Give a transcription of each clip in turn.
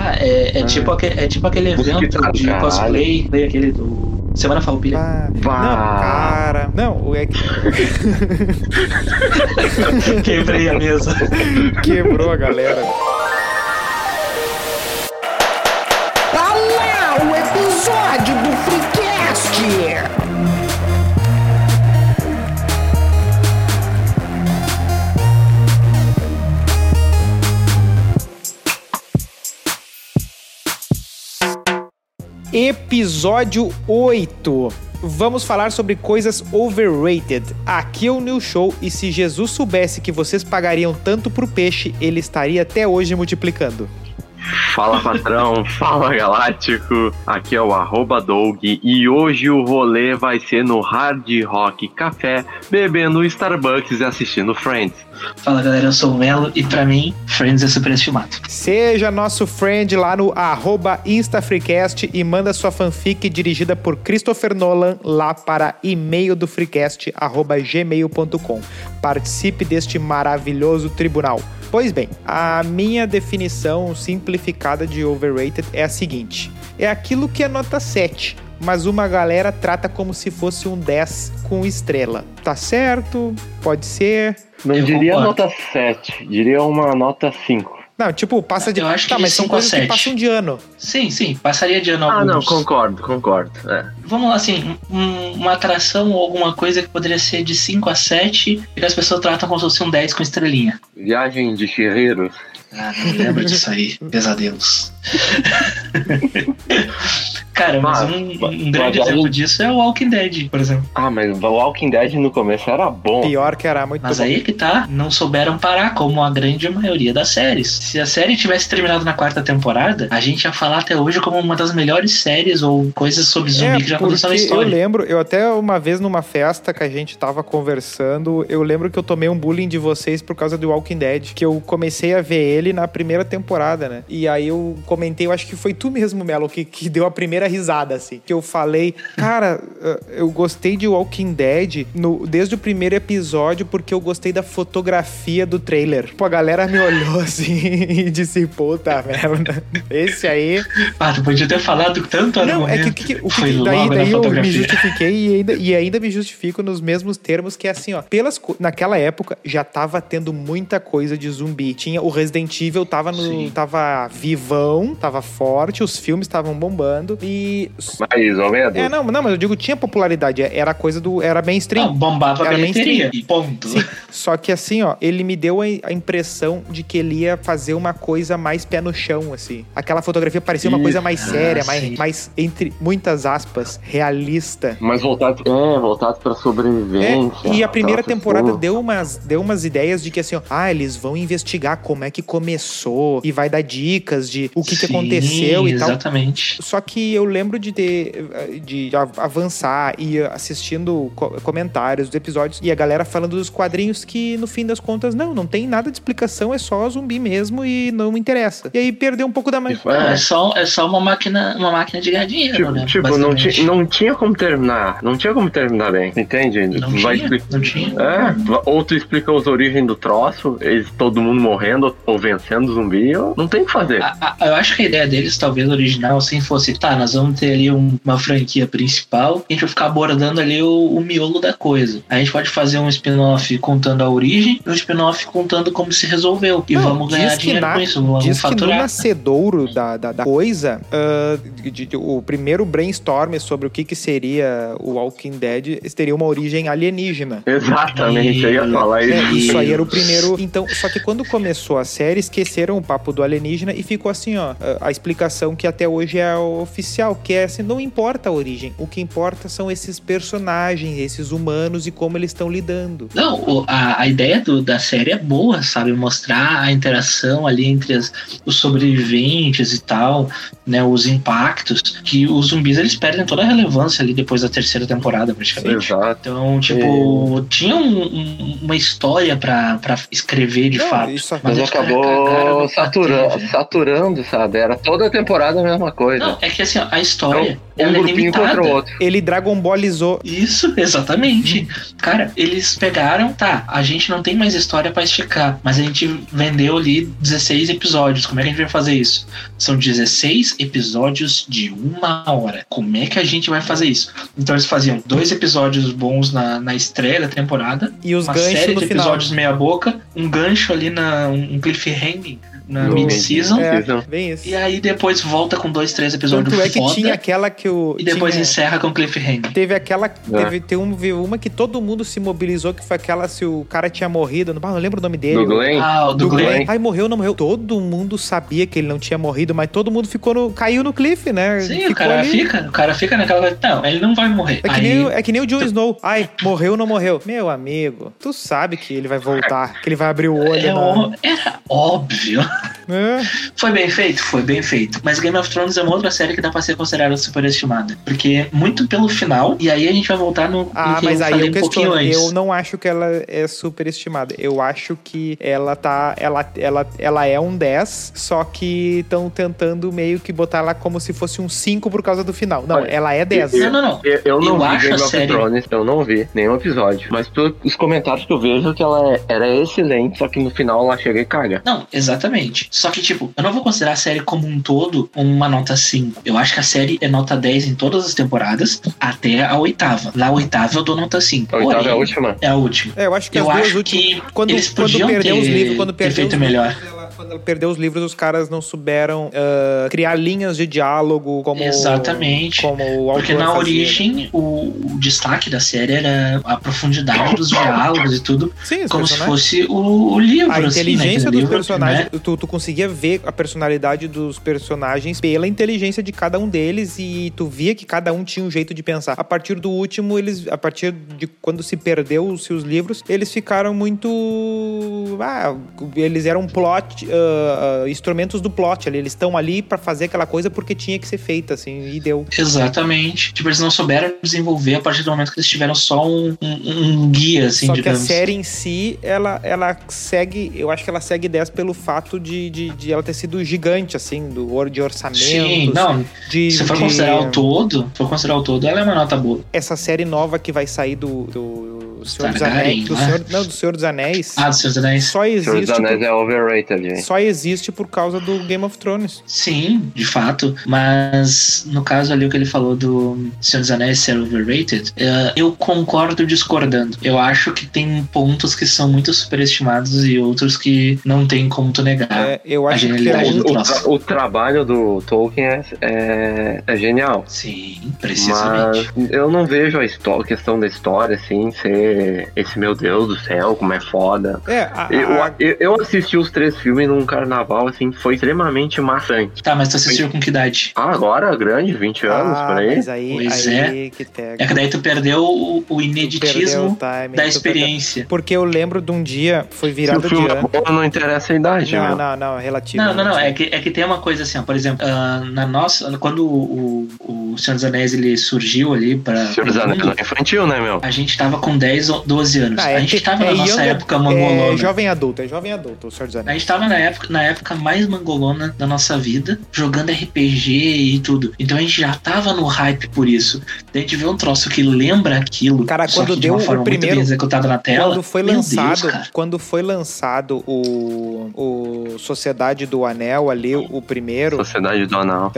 Ah, é, é, tipo, aquele, é tipo aquele evento Mosquitado, de caralho. cosplay, né, aquele do. Semana Farroupilha. Pá. Pá. Não, cara. Não, é que Ah. Quebrei a mesa. quebrou a galera. Ah lá, o episódio do Freecast! Episódio 8. Vamos falar sobre coisas overrated. Aqui é o New Show e se Jesus soubesse que vocês pagariam tanto pro peixe, ele estaria até hoje multiplicando. Fala patrão, fala galáctico, aqui é o arroba Doug e hoje o rolê vai ser no Hard Rock Café, bebendo Starbucks e assistindo Friends. Fala galera, eu sou o Melo e pra mim, Friends é superestimado. Seja nosso friend lá no arroba InstaFreecast e manda sua fanfic dirigida por Christopher Nolan lá para e-mail do freecast arroba gmail.com. Participe deste maravilhoso tribunal. Pois bem, a minha definição simplificada de overrated é a seguinte: é aquilo que é nota 7, mas uma galera trata como se fosse um 10 com estrela. Tá certo? Pode ser. Não Eu diria concordo. nota 7, diria uma nota 5. Não, tipo, passa de. Eu acho tá, que mas são cinco a coisas que sete. passam de ano. Sim, sim, passaria de ano Ah, não, alguns. concordo, concordo. É. Vamos lá, assim, um- uma atração ou alguma coisa que poderia ser de 5 a 7 e que as pessoas tratam como se fosse um 10 com estrelinha. Viagem de Ferreiro. Ah, não lembro disso aí. Pesadelos. Cara, mas Mas, um, mas um grande a exemplo gente- disso é o Walking Dead, por exemplo. Ah, mas o Walking Dead no começo era bom. Pior que era muito Mas bom. aí é que tá, não souberam parar, como a grande maioria das séries. Se a série tivesse terminado na quarta temporada, a gente ia falar até hoje como uma das melhores séries ou coisas sobre zumbi que já aconteceu na É, porque eu história. lembro, eu até uma vez numa festa que a gente tava conversando, eu lembro que eu tomei um bullying de vocês por causa do Walking Dead, que eu comecei a ver ele na primeira temporada, né? E aí eu comentei, eu acho que foi tu mesmo, Melo, que, que deu a primeira risada, assim. Que eu falei, cara, eh, eu gostei de Walking Dead no, desde o primeiro episódio porque eu gostei da fotografia do trailer. Tipo, a galera me olhou assim e disse, puta merda, esse aí... Ah, tu podia ter falado tanto Não, é que, argumento. que- que- o Foi que daí, logo na daí eu me fotografia. justifiquei e ainda, e ainda me justifico nos mesmos termos que é assim, ó. Pelas, co- naquela época já tava tendo muita coisa de zumbi. Tinha o Resident Evil tava no Sim. tava vivão, tava forte, os filmes estavam bombando e Mais ou menos. é, não, não, mas eu digo, tinha popularidade, era coisa do era Não, mainstream. Ah, bombava a Era bilheteria. mainstream. E ponto. Sim, só que assim, ó, ele me deu a a impressão de que ele ia fazer uma coisa mais pé no chão, assim. Aquela fotografia parecia uma Ih, coisa mais séria, mais, ah, sim. mais, entre muitas aspas, realista. Mas voltado, é, voltado pra É, sobrevivência. e a primeira aquela temporada pessoa. deu umas, deu umas ideias de que assim, ó, ah, eles vão investigar como é que começou e vai dar dicas de o que, que Sim, aconteceu e tal. Exatamente. Só que eu lembro de ter eh, de av- avançar e assistindo co- comentários dos episódios e a galera falando dos quadrinhos que no fim das contas não, não tem nada de explicação, é só zumbi mesmo e não me interessa. E aí perdeu um pouco da mãe. É. Ah, É. só, é só uma máquina, uma máquina de ganhar dinheiro, né? Tipo, tipo, não, ti- basicamente. não tinha como terminar. Não tinha como terminar bem. Entende? Não Tu vai tinha, expli- não tinha. É, tu- ou tu explica as origens do troço, eles, todo mundo morrendo ou vencendo zumbi, ou- não tem o que fazer. A- a- eu acho que a ideia deles, talvez original, assim, fosse: tá, nós vamos ter ali um- uma franquia principal e a gente vai ficar abordando ali o, o miolo da coisa. A gente pode fazer um spin-off contando a origem e um spin-off contando como se resolveu. E Não, vamos diz ganhar que dinheiro na- com isso, vamos Diz que no faturar. nascedouro da, da, da coisa, ah, de- de- de- o primeiro brainstorm sobre o que, que seria o Walking Dead teria uma origem alienígena. Exatamente, eu ia E- falar É, isso. isso aí era o Deus. primeiro. Então, só que quando começou a série, esqueceram o papo do alienígena e ficou assim, ó. a- A explicação que até hoje é a oficial, que é assim, não importa a origem. O que importa são esses personagens, esses humanos e como eles estão lidando. Não, o- a, a ideia do- da série é boa, sabe? Mostrar a interação ali entre as- os sobreviventes e tal, né? Os impactos. Que os zumbis eles perdem toda a relevância ali depois da terceira temporada, praticamente. Exato. Então, tipo, É. tinha um- um- uma história pra, pra escrever de Não, fato. isso- Mas os caras acabou cagaram no pateio, né? saturando, saturando, saturando, engraçada. Era toda temporada a mesma coisa. Não, é que assim, ó, a história um ela é grupinho contra limitada. o outro. Ele Dragon Ballizou. Isso, exatamente. Uhum. Cara, eles pegaram, tá, a gente não tem mais história pra esticar, mas a gente vendeu ali 16 episódios. Como é que a gente vai fazer isso? São 16 episódios de uma hora. Como é que a gente vai fazer isso? Então eles faziam dois episódios bons na, na estreia da temporada, E os uma série ganchos no de final. episódios meia boca, um gancho ali na. um cliffhanging na No- mid-season. É, Season. bem isso. E aí depois volta com dois, três episódios Tanto é que foda, tinha aquela que o. e depois tinha- encerra com cliffhanger. Teve aquela. É. Teve, teve um, teve uma que todo mundo se mobilizou, que foi aquela se o cara tinha morrido. Não, ah, não lembro o nome dele. Do Glenn. Ah, o do, Do Glenn. Glenn. Ai, morreu, não morreu. Todo mundo sabia que ele não tinha morrido, mas todo mundo ficou no. caiu no cliff, né? Sim, Ficou o cara ali. fica, o cara fica naquela. Não, ele não vai morrer. É que, Aí, nem, o- é que nem o Jon Snow. Ai, morreu, não morreu. Meu amigo, tu sabe que ele vai voltar, que ele vai abrir o olho. é na- ó- era óbvio. É. Foi bem feito? Foi bem feito. Mas Game of Thrones é uma outra série que dá pra ser considerada superestimada. Porque muito pelo final, e aí a gente vai voltar no, no Ah, que mas eu aí falei eu um pouquinho questiono. antes. Eu não acho que ela é superestimada. Eu acho que ela tá. Ela, ela, ela é um 10, só que estão tentando meio que botar ela como se fosse um 5 por causa do final. Não, Olha, ela é 10. Não, não, não. Eu, eu não Eu vi acho Game a of série- Thrones, eu não vi nenhum episódio. Mas pelos os comentários que eu vejo que ela é- era excelente, só que no final ela chega e caga. Não, exatamente. Só que, tipo, eu não vou considerar a série como um todo uma nota 5. Eu acho que a série é nota 10 em todas as temporadas, até a oitava. Na oitava eu dou nota 5. A oitava é a Porém, última. É a última. É, eu acho que Eu as duas acho últimas. que Quando, eles quando podiam perdeu ter- os livros, quando ter perdeu feito os melhor. livros, ela- quando ela perdeu os livros, os caras não souberam ah, criar linhas de diálogo como Exatamente. como o Porque autor na fazia. origem o, o destaque da série era a profundidade dos diálogos e tudo, Sim, os como se personagens. fosse o, o livro. A assim, né? inteligência Aquele dos livro, personagens, né? tu, tu conseguia ver a personalidade dos personagens pela inteligência de cada um deles e tu via que cada um tinha um jeito de pensar. A partir do último, eles, a partir de quando se perdeu os seus livros, eles ficaram muito, ah, eles eram plot, ah, ah, instrumentos do plot ali. Eles estão ali pra fazer aquela coisa porque tinha que ser feita assim e deu. Exatamente. Tipo, eles não souberam desenvolver a partir do momento que eles tiveram só um, um- um guia, assim, Só que a digamos. série em si, ela, ela segue, eu acho que ela segue 10 pelo fato de, de, de ela ter sido gigante, assim, do or- de orçamentos. Sim, não. de, Se for é de- considerar o todo, se for considerar o todo, ela é uma nota boa. essa série nova que vai sair do, do Senhor dos Targaryen, Anéis. Do né? Senhor, não, do Senhor dos Anéis. Ah, dos seus anéis. só Senhor dos existe. Anéis é overrated, por- gente. Só existe por causa do Game of Thrones. Sim, de fato. Mas no caso ali o que ele falou do Senhor dos Anéis ser overrated, eh, eu concordo discordando. Eu acho que tem pontos que são muito superestimados e outros que não tem como tu negar. É, eu Ah, a acho que genialidade tem do um- O, o troço. tra- o trabalho do Tolkien é, é- é genial. Sim, Mas precisamente. eu não vejo a histó- questão da história assim ser esse meu Deus do céu, como é foda. É, a- a- Eu, eu, eu assisti os três filmes num carnaval, assim, foi extremamente maçante. Tá, mas tu assistiu com que idade? Ah, agora grande, 20 anos, ah, por aí. Mas aí, Pois aí que pega. É que daí tu perdeu o, o Tu perdeu o ineditismo timing, da tu perdeu- experiência. Porque eu lembro de um dia, foi Se o virada de filme é ano. bom, não interessa a idade, Não, meu. não, não, é relativo. Não, não, não. É relativo. que, é que tem uma coisa assim, ó, por exemplo, ah, na nossa. Quando o, o, o Senhor dos Anéis ele surgiu ali para. Senhor dos Anéis não é infantil, né, meu? A gente tava com 10 ou 12 anos. Ah, é a gente que- tava é na nossa young- época mangolona. É jovem adulto, é jovem adulto, o Senhor dos A Anéis. gente tava na época, na época mais mangolona da nossa vida, jogando RPG e tudo. Então a gente já tava no hype por isso. Daí a gente vê um troço que lembra aquilo. Cara, só quando que de deu uma o forma muito primeiro- bem executada na tela. Quando foi meu lançado, Deus, cara. quando foi lançado o, o Sociedade do Anel ali, o primeiro. Sociedade do Anal.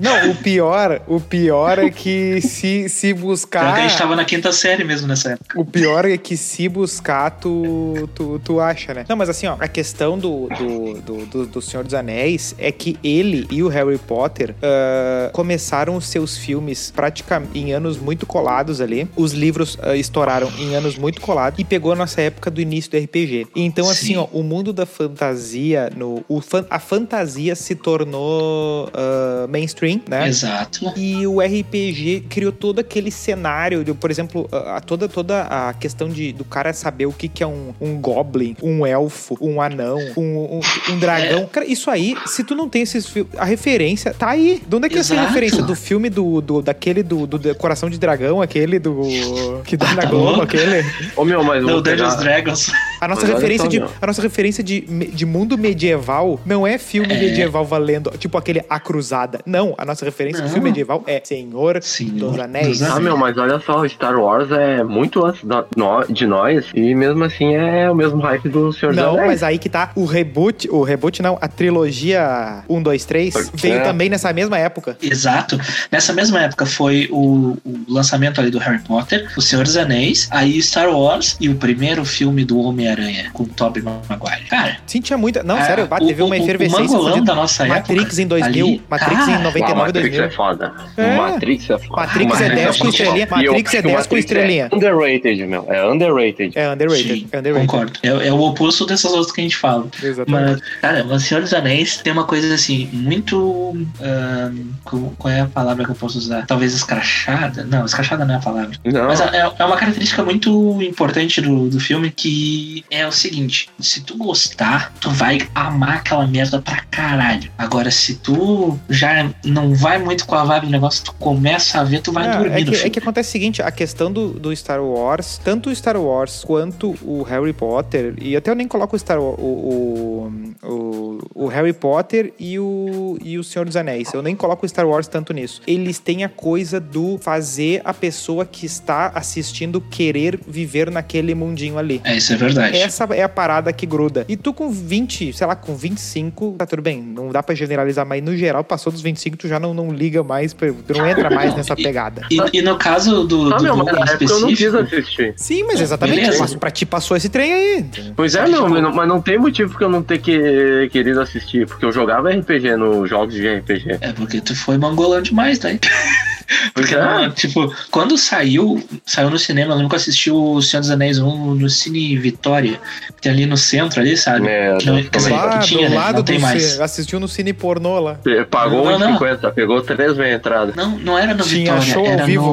Não, o pior, o pior é que se, se Pior que a gente tá buscar, tava na quinta série mesmo nessa época. o pior é que se buscar tu, tu, tu acha, né? Não, mas assim, ó, a questão do do, do, do- do Senhor dos Anéis é que ele e o Harry Potter ah, começaram os seus filmes praticamente em anos muito colados ali. Os livros ah, estouraram em anos muito colados e pegou a nossa época do início do RPG. Então, Sim. assim, ó, o mundo da fantasia, no, o fan- a fantasia se tornou ah, mainstream. mainstream, né? Exato. E o RPG criou todo aquele cenário, de, por exemplo, a, a- toda, toda a questão de, do cara saber o que, que é um, um goblin, um elfo, um anão, um, um- É. um dragão. Cara, isso aí, se tu não tem esses filmes, a referência tá aí. De onde é que é essa Exato. referência? Do filme do, do daquele do, do, do Coração de Dragão, aquele do. que dá na Tá Globo, louco. aquele. Ô meu, mas eu Não, vou pegar... Dungeons Dragons. A nossa Mas olha referência, só, de, meu. a nossa referência de, me- de mundo medieval não é filme medieval valendo, tipo aquele A Cruzada. Não, a nossa referência de Não. filme medieval é Senhor Senhor dos Anéis. dos Anéis. Ah, meu, mas olha só, o Star Wars é muito antes da- nó- de nós e mesmo assim é o mesmo hype do Senhor Não, dos Anéis. mas aí que tá o reboot, o reboot não, a trilogia 1, 2, 3 Pois veio é. também nessa mesma época. Exato. Nessa mesma época foi o, o lançamento ali do Harry Potter, O Senhor dos Anéis, aí Star Wars e o primeiro filme do Homem-Aranha com Tobey Maguire. Cara, Sim, tinha muita. Não, a- sério, bah, É, o- teve uma o- efervescência. O mangolão fodida. da nossa época. Matrix em 2000, ali, Matrix em cara, 99 Uau, Matrix 2000. é foda. É. Matrix é foda. Matrix é 10 com foda. estrelinha. E eu Matrix acho é que 10 com Matrix estrelinha. É underrated, meu. É underrated. É underrated, Sim, é underrated. concordo. É, é o oposto dessas outras que a gente fala. Mas, Exatamente. cara, o Senhor dos Anéis tem uma coisa assim, muito. ahn, com- qual é a palavra que eu posso usar? Talvez escrachada? Não, escrachada não é a palavra. Não. Mas é, é uma característica muito importante do, do filme que é o seguinte: se tu gostar, tu vai amar aquela merda pra caralho. Agora, se tu já não vai muito com a vibe do negócio, tu começa a ver, tu vai Ah, dormir é, no que, é filme. que acontece o seguinte, a questão do, do Star Wars, tanto o Star Wars quanto o Harry Potter, e até eu nem coloco o Star Wa- o, o, o, o Harry Potter e o, e o Senhor dos Anéis. Eu nem coloco o Star Wars tanto nisso. Eles têm a coisa do fazer a pessoa que está assistindo querer viver naquele mundinho ali. É, isso é verdade. Essa é a parada que gruda. E tu com 20, sei lá, com 25, tá tudo bem. Não dá pra generalizar, mas no geral, passou dos 25, tu já não, não liga mais, pra- tu não entra mais nessa pegada. E, e no caso do, Ah, do meu, mas Douglas na época eu não quis específico. assistir. Sim, mas exatamente. Beleza. Mas pra ti passou esse trem aí. Pois é, meu, mas não- mas não tem motivo que eu não ter que, querido assistir, porque eu jogava RPG nos jogos de RPG. É porque tu foi mangolão demais, tá? Pois Porque, é. não, tipo, quando saiu, saiu no cinema, eu lembro que eu assisti o Senhor dos Anéis 1 no Cine Vitória, que tem ali no centro ali, sabe? É, Que não- eu quer dizer, também. que Lá tinha, do né? lado não do tem mais. ci- assistiu no cine pornô lá. Você Pagou Não, não. 1,50, pegou 3 meia entrada. Não, não era no Tinha Vitória, show ao era vivo.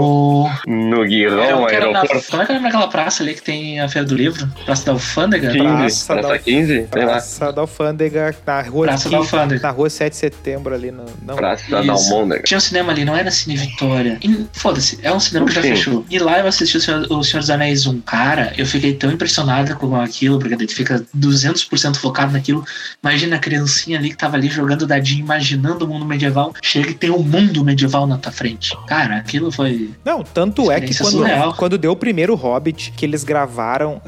no... No Era, Guirão, que era na- aeroporto como é que era naquela praça ali que tem a Feira do Livro? Praça da Alfândega? 15, Praça da- praça 15, sei lá, Praça da Alfândega, na rua Praça da aqui, Alfândega. Na rua 7 de setembro ali. No, não. praça da Isso. Almôndega. Tinha um cinema ali, não era Cine Vitória. E, Foda-se, é um cinema que já Sim. fechou. E lá eu assisti o Senhor, o Senhor dos Anéis 1. Cara, eu fiquei tão impressionada com aquilo, porque daí tu fica 200% focado naquilo. Imagina a criancinha ali que tava ali jogando dadinho, imaginando o mundo medieval. Chega e tem um mundo medieval na tua frente. Cara, aquilo foi. Não, tanto é que Experiência quando, surreal. quando deu o primeiro Hobbit, que eles gravaram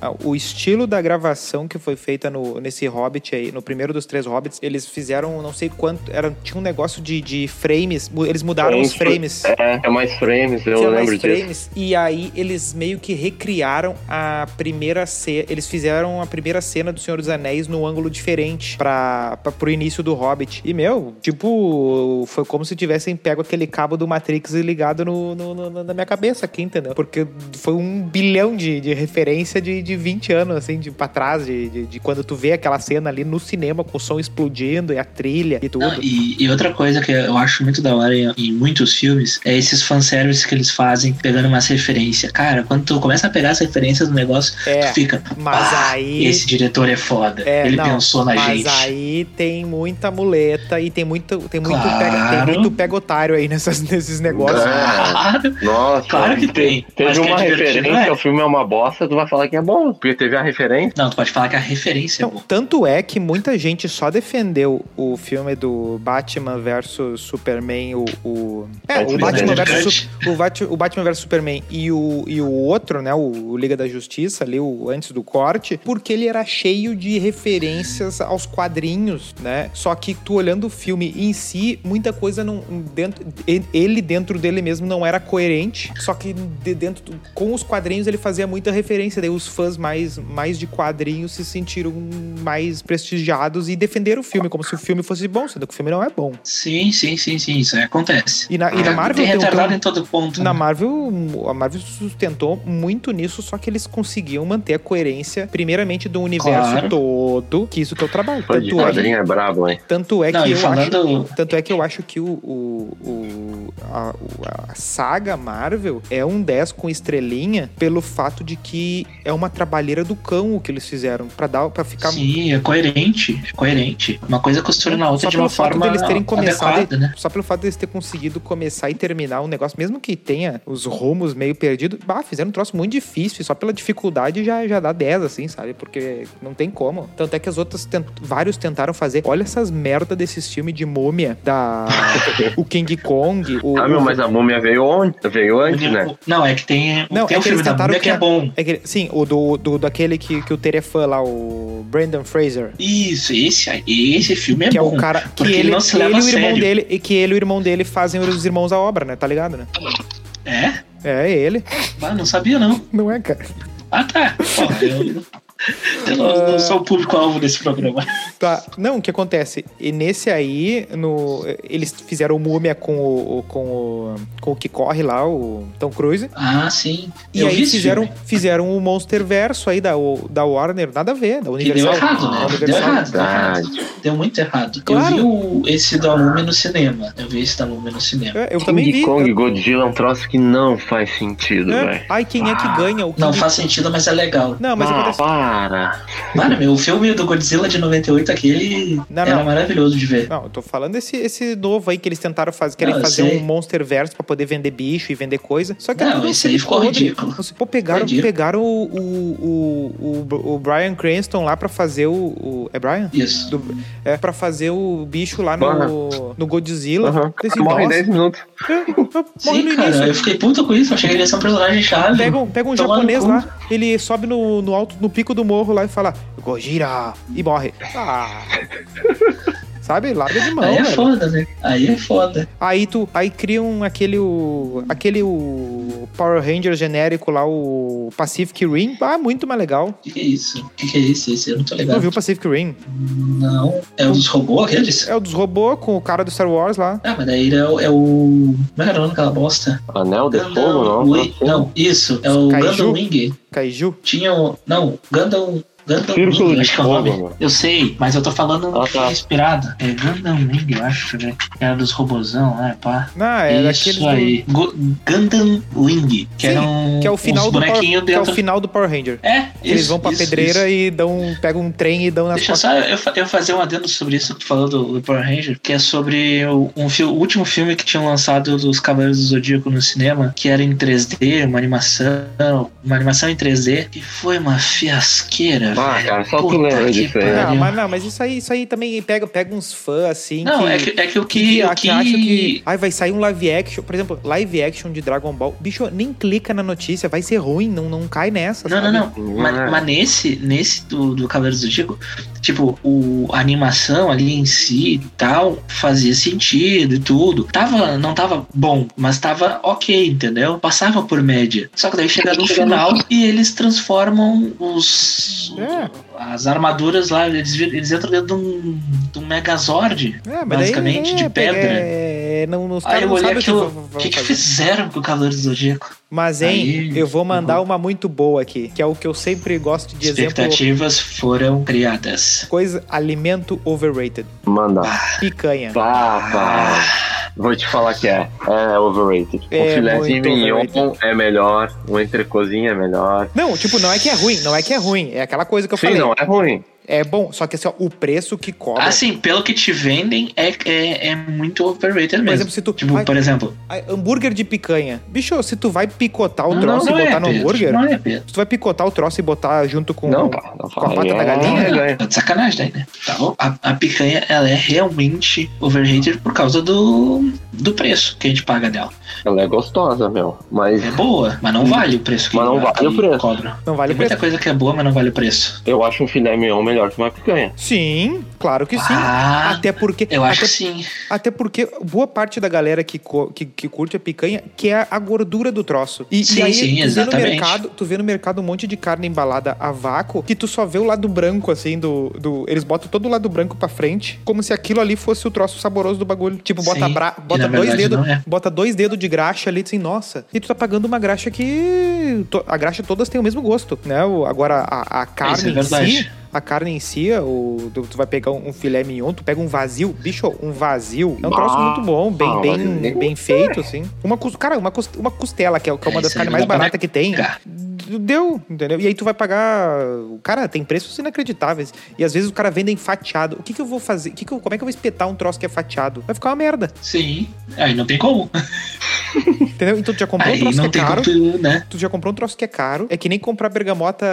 ah, o estilo da gravação que foi feita no, nesse Hobbit aí, no primeiro dos três Hobbits, eles fizeram não sei quanto, era, tinha um negócio de, de frames, mu- eles mudaram os frames. É, é mais frames, eu tinha mais lembro disso. frames, E aí eles meio que recriaram a primeira cena. Eles fizeram a primeira cena do Senhor dos Anéis num ângulo diferente pra, pra, pro início do Hobbit. E, meu, tipo, foi como se tivessem pego aquele cabo do Matrix e ligado no, no- no- na minha cabeça aqui, entendeu? Porque foi um bilhão de, de referência de, de 20 anos, assim, de pra trás, de, de, de quando tu vê aquela cena ali no cinema com o som explodindo e a trilha e tudo. Não, e, e outra coisa que eu acho muito da hora em, em muitos filmes é esses fanservices que eles fazem pegando umas referências. Cara, quando tu começa a pegar as referências do negócio, É, tu fica. mas "Pá, aí- Ah, Esse diretor é foda. É, Ele não, pensou na Mas gente. aí tem muita muleta e tem muito, tem muito, Claro. Ah, pega, tem muito pegotário aí nessas, nesses negócios. Claro, Ah, Nossa, claro que tem. Mas Teve que é uma divertido, referência, é. o filme é uma bosta, tu vai falar que é bom, porque teve a referência. Não, tu pode falar que a referência é Então, boa. tanto é que muita gente só defendeu o filme do Batman versus Superman, o. o- é, o Antes Batman, do versus, Snyder Su- o, Bat- o Batman versus Superman e o, e o outro, né? O, o Liga da Justiça, ali, o antes do corte, porque ele era cheio de referências aos quadrinhos, né? Só que tu olhando o filme em si, muita coisa não. Dentro, ele- ele dentro dele mesmo não era coerente. Só que de dentro do- com os quadrinhos ele fazia muita referência. Daí os fãs mais, mais de quadrinhos se sentiram mais prestigiados e defenderam o filme, como se o filme fosse bom, sendo que o filme não é bom. Sim, sim, sim, sim, isso aí acontece. E E na, e na É, Marvel tem tem um- retardado tem em todo ponto. um- na né? Marvel, a Marvel sustentou muito nisso, só que eles conseguiam manter a coerência, primeiramente, do universo Claro. todo, que isso que eu trabalho. Fã de Tanto é, quadrinho é brabo, hein? tanto é que Não, e eu acho. falando. Tanto é que eu acho que o, o- o- a, o- a saga Marvel é um 10 com estrelinha pelo fato de que é uma trabalheira do cão o que eles fizeram para dar para ficar Sim, é coerente, é coerente. Uma coisa costura na outra Só de uma pelo fato forma deles terem começado adequada, né? só pelo fato deles ter conseguido começar e terminar um negócio, mesmo que tenha os rumos meio perdidos, bah, fizeram um troço muito difícil, só pela dificuldade já, já dá 10, assim, sabe? Porque não tem como. Tanto é que as outras, tent- vários tentaram fazer. Olha essas merda desses filmes de múmia, da... o King Kong, o... Ah, meu, mas a múmia veio, ontem, veio antes, né? Não, é que tem, Não, tem é um que filme eles da tentaram Bíblia que é criar- bom. é que- sim, o do, do, daquele que, que o Tere é fã lá, o Brandon Fraser. Isso, esse, aí, esse filme é Que é bom. o cara que porque ele, não se ele leva e a o irmão sério. dele e que ele e o irmão dele fazem os irmãos à obra, né? Tá ligado, né? É? É ele. Ah, não sabia, não. Não é, cara. Ah, tá. Pô, eu, eu não, não sou o público-alvo desse programa. Tá. Não, o que acontece? E nesse aí, no, eles fizeram o Múmia com o, o- com o. com o que corre lá, o Tom Cruise. Ah, sim. E eu né? aí vi esse fizeram, filme, fizeram o Monster Verso aí da, da Warner, nada a ver, da um Que Universal. deu errado, da né? Deu Universal. errado, deu errado. Verdade. Deu muito errado. Eu Claro. vi o, esse da Lume no cinema. Eu vi esse da Lume no cinema. É, Eu também King vi. Kong e Godzilla é um troço que não faz sentido, É. velho. Ai, quem é que ganha? O Ah. Não King- faz sentido, mas é legal. Não, mas ah, acontece. para. Mano, meu, o filme do Godzilla de 98, aquele Não, era não. maravilhoso de ver. Não, eu tô falando esse, esse novo aí que eles tentaram fazer, querem Não, eu fazer sei. um Monster Verso pra poder vender bicho e vender coisa. Só que é Não, tudo um esse aí filme ficou podre. ridículo. Nossa, Pô, pegaram, Ridículo. pegaram o, o, o, o Brian Cranston lá pra fazer o. o- é Brian? Isso. Do, é, pra fazer o bicho lá no, no Godzilla. Aham. Falei assim, Morre em nossa, 10 minutos. é, é, morre Sim, no cara, eu início. fiquei puto com isso. Eu achei que ele ia ser um personagem chave. Pega um, pega um Tomar no japonês cu. lá, ele sobe no, no alto, no pico do morro lá e fala Gojira! E morre. Ah. Sabe? Larga de mão, Aí é velho. foda, né? Aí é foda. Aí tu aí cria um aquele o aquele o Power Ranger genérico lá o Pacific Rim, ah, muito mais legal. O que, que é isso? O que, que é esse? Esse eu não tô Não ligado. viu o Pacific Rim? Não. É um dos robôs aqueles? É o dos robôs com o cara do Star Wars lá. Ah, mas daí ele é o. É o... Como é que era o nome daquela bosta? Anel É de fogo, não? Ui, não, isso. É o Kaiju? Gundam Wing. Kaiju. Tinha o. Não, Gundam. Gundam Círculo Wing, de acho que é o fogo, nome. mano. Eu sei, mas eu tô falando Ah, tá. inspirado. É Gundam Wing, eu acho, né? Era dos robozão, né? Pá. Não, é daqueles Isso do- aí. Go- Gundam Wing, que Sim, era um, que é o final uns do Power, bonequinho que é o dentro. final do Power Ranger. É, Eles isso, vão pra isso, pedreira isso. e dão pegam um trem e dão nas Deixa costas. só eu, fa- eu fazer um adendo sobre isso que tu falou do, do Power Ranger, que é sobre o, um fi- o último filme que tinham lançado dos Cavaleiros do Zodíaco no cinema, que era em 3D, uma animação, uma animação em 3D, que foi uma fiasqueira, Ah, velho. cara, só tu Puta lembra que disso aí, né? pariu. Não, mas não, mas isso aí, isso aí também pega pega uns fãs assim Não, que é, que, é que o que. que, o a- que acha que que... ai, vai sair um live action, por exemplo, live action de Dragon Ball. Bicho, nem clica na notícia, vai ser ruim, não, não cai nessa. Não, não, sabe? não. Ma- Ah. Hum. Mas, nesse, nesse do, do Cavaleiros do Zodíaco, tipo, o, a animação ali em si e tal, fazia sentido e tudo. Tava, não tava bom, mas tava ok, entendeu? Passava por média. Só que daí É chega no final e eles transformam os. É. As armaduras lá, eles, vir- eles entram dentro de um, de um Megazord. É, mas daí Basicamente, é, de pega- pedra. É, não, os Aí caras eu não olhei sabem o que aquilo. vão- O vão que, que fazer. fizeram com o Cavaleiros do Zodíaco? Mas, hein, Aí- eu vou mandar uma muito boa aqui, que é o que eu sempre gosto de exemplo. Expectativas foram criadas. Coisa, alimento overrated. Manda. Picanha. Pá, pá. Ah, Vou te falar que é. É overrated. É um filézinho muito mignon overrated. é melhor. Um entrecozinho é melhor. Não, tipo, não é que é ruim, não é que é ruim. É aquela coisa que eu Sim, falei. não é ruim. É bom, só que assim, ó, o preço que cobra. Assim, pelo que te vendem, é, é, é muito overrated por mesmo. exemplo, se tu. tipo, ai, por exemplo. ai, hambúrguer de picanha. Bicho, se tu vai picotar o não, troço não e é, botar no Pedro, hambúrguer. Não é, Pedro. Se tu vai picotar o troço e botar junto com. Não, pá. Não a pata aí da é galinha? reganha. Tá de sacanagem daí, né? Tá bom? A, a picanha, ela é realmente overrated por causa do, do preço que a gente paga dela. Ela é gostosa, meu. Mas É boa, mas não vale o preço que Hum. Mas não ela- vale o que preço. cobra. Não vale Tem o preço. muita coisa que é boa, mas não vale o preço. eu acho um filé mignon melhor que uma picanha. Sim, claro que sim. Ah, até porque. Eu acho até, que sim. até porque boa parte da galera que, co- que, que curte a picanha quer a gordura do troço. E, Sim, e aí, sim, tu Vê no exatamente. mercado, tu vê no mercado um monte de carne embalada a vácuo que tu só vê o lado branco, assim, do. do eles botam todo o lado branco pra frente, como se aquilo ali fosse o troço saboroso do bagulho. Tipo, bota, Sim, bra- e bota na dois verdade dedos. não é. Bota dois dedos de graxa ali, assim, nossa. E tu tá pagando uma graxa que. to- A graxa todas tem o mesmo gosto, né? O- Agora, a, a carne Isso é em si, verdade. a carne em si, o, tu, tu vai pegar um, um filé mignon, tu pega um vazio, bicho, um vazio. É um troço Ah, muito bom, bem, ah, bem, vazio. bem feito, assim. Uma, cus- cara, uma, cus- uma costela, que é, que é uma É, das isso aí carnes não dá mais pra baratas que tem. negar. Deu, entendeu? E aí tu vai pagar. Cara, tem preços inacreditáveis. E às vezes o cara vendem fatiado. O que que eu vou fazer? O que que eu- como é que eu vou espetar um troço que é fatiado? Vai ficar uma merda. Sim. Aí não tem como. Entendeu? Então tu já comprou um Aí troço não que é tem caro. como, tu, né? Tu já comprou um troço que é caro. É que nem comprar bergamota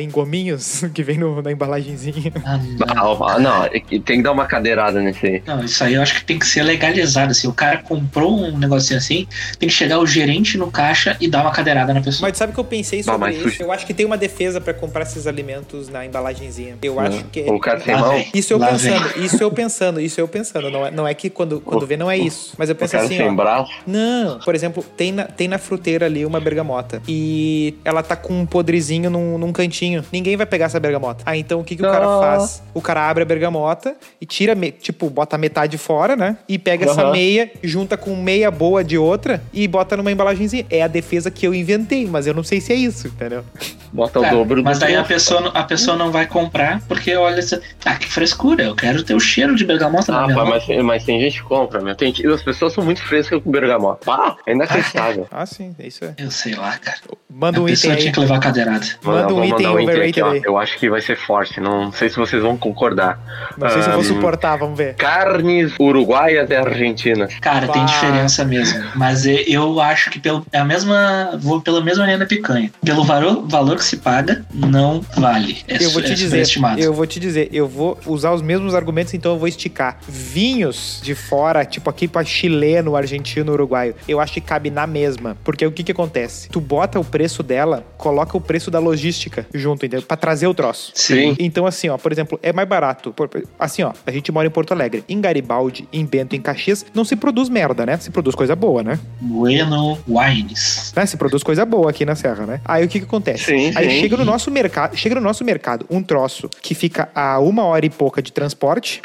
em gominhos que vem no- na embalagenzinha. Ah, não. Não, ah, não, é que tem que dar uma cadeirada nesse aí. Não, isso aí eu acho que tem que ser legalizado. Se o cara comprou um negocinho assim, tem que chegar o gerente no caixa e dar uma cadeirada na pessoa. Mas sabe o que eu pensei Bah, sobre mas isso? sushi. Eu acho que tem uma defesa pra comprar esses alimentos na embalagenzinha. Eu acho que. é O Um cara sem Lá mão. vem. Isso eu Lá pensando, isso eu pensando, isso eu pensando. Não é, não é que quando, quando vê, não é isso. Mas eu O penso um cara assim, ó. sem braço. Não, por exemplo, tem na, tem na fruteira ali uma bergamota. E ela tá com um podrezinho num, num cantinho. Ninguém vai pegar essa bergamota. Ah, então o que, que o cara Ah. faz? O cara abre a bergamota e tira, me- tipo, bota metade fora, né? E pega essa Aham. meia, junta com meia boa de outra e bota numa embalagenzinha. É a defesa que eu inventei, mas eu não sei se é isso, entendeu? Bota é o Cara, dobro do Tá, tá? mas daí a braço. pessoa, a pessoa não vai comprar porque olha, assim, ah, que frescura, eu quero ter o cheiro de bergamota na Ah, minha pá, mão. mas, mas tem gente que compra, meu. Tem, as pessoas são muito frescas com bergamota. Pá, é inacreditável. Ah, sim, é isso aí. Eu sei lá, cara. Manda a um item pessoa aí. tinha que levar cadeirada. Manda Vou um item mandar overrated ó. aí. Eu acho que vai ser forte. Não sei se vocês vão concordar. Não sei se eu vou Ahn. suportar, vamos ver. Carnes uruguaias e argentinas. Cara, Pá. tem diferença mesmo. Mas e- eu acho que pelo, é a mesma. Vou pela mesma linha da picanha. Pelo varo- valor que se paga, não vale. É, eu su- vou te é dizer, superestimado. eu vou te dizer, eu vou usar os mesmos argumentos, então eu vou esticar. Vinhos de fora, tipo aqui pra chileno, argentino, uruguaio, eu acho que cabe na mesma. Porque o que que acontece? Tu bota o preço dela, coloca o preço da logística junto, entendeu? Pra trazer o troço. Sim. Então, assim, ó, por exemplo, é mais barato. Por- assim, ó, a gente mora em Porto Alegre. Em Garibaldi, em Bento, em Caxias, não se produz merda, né? Se produz coisa boa, né? Bueno Wines. né? Se produz coisa boa aqui na Serra, né? Aí o que que acontece? Sim, Aí sim. chega no nosso mercado, chega no nosso mercado um troço que fica a uma hora e pouca de transporte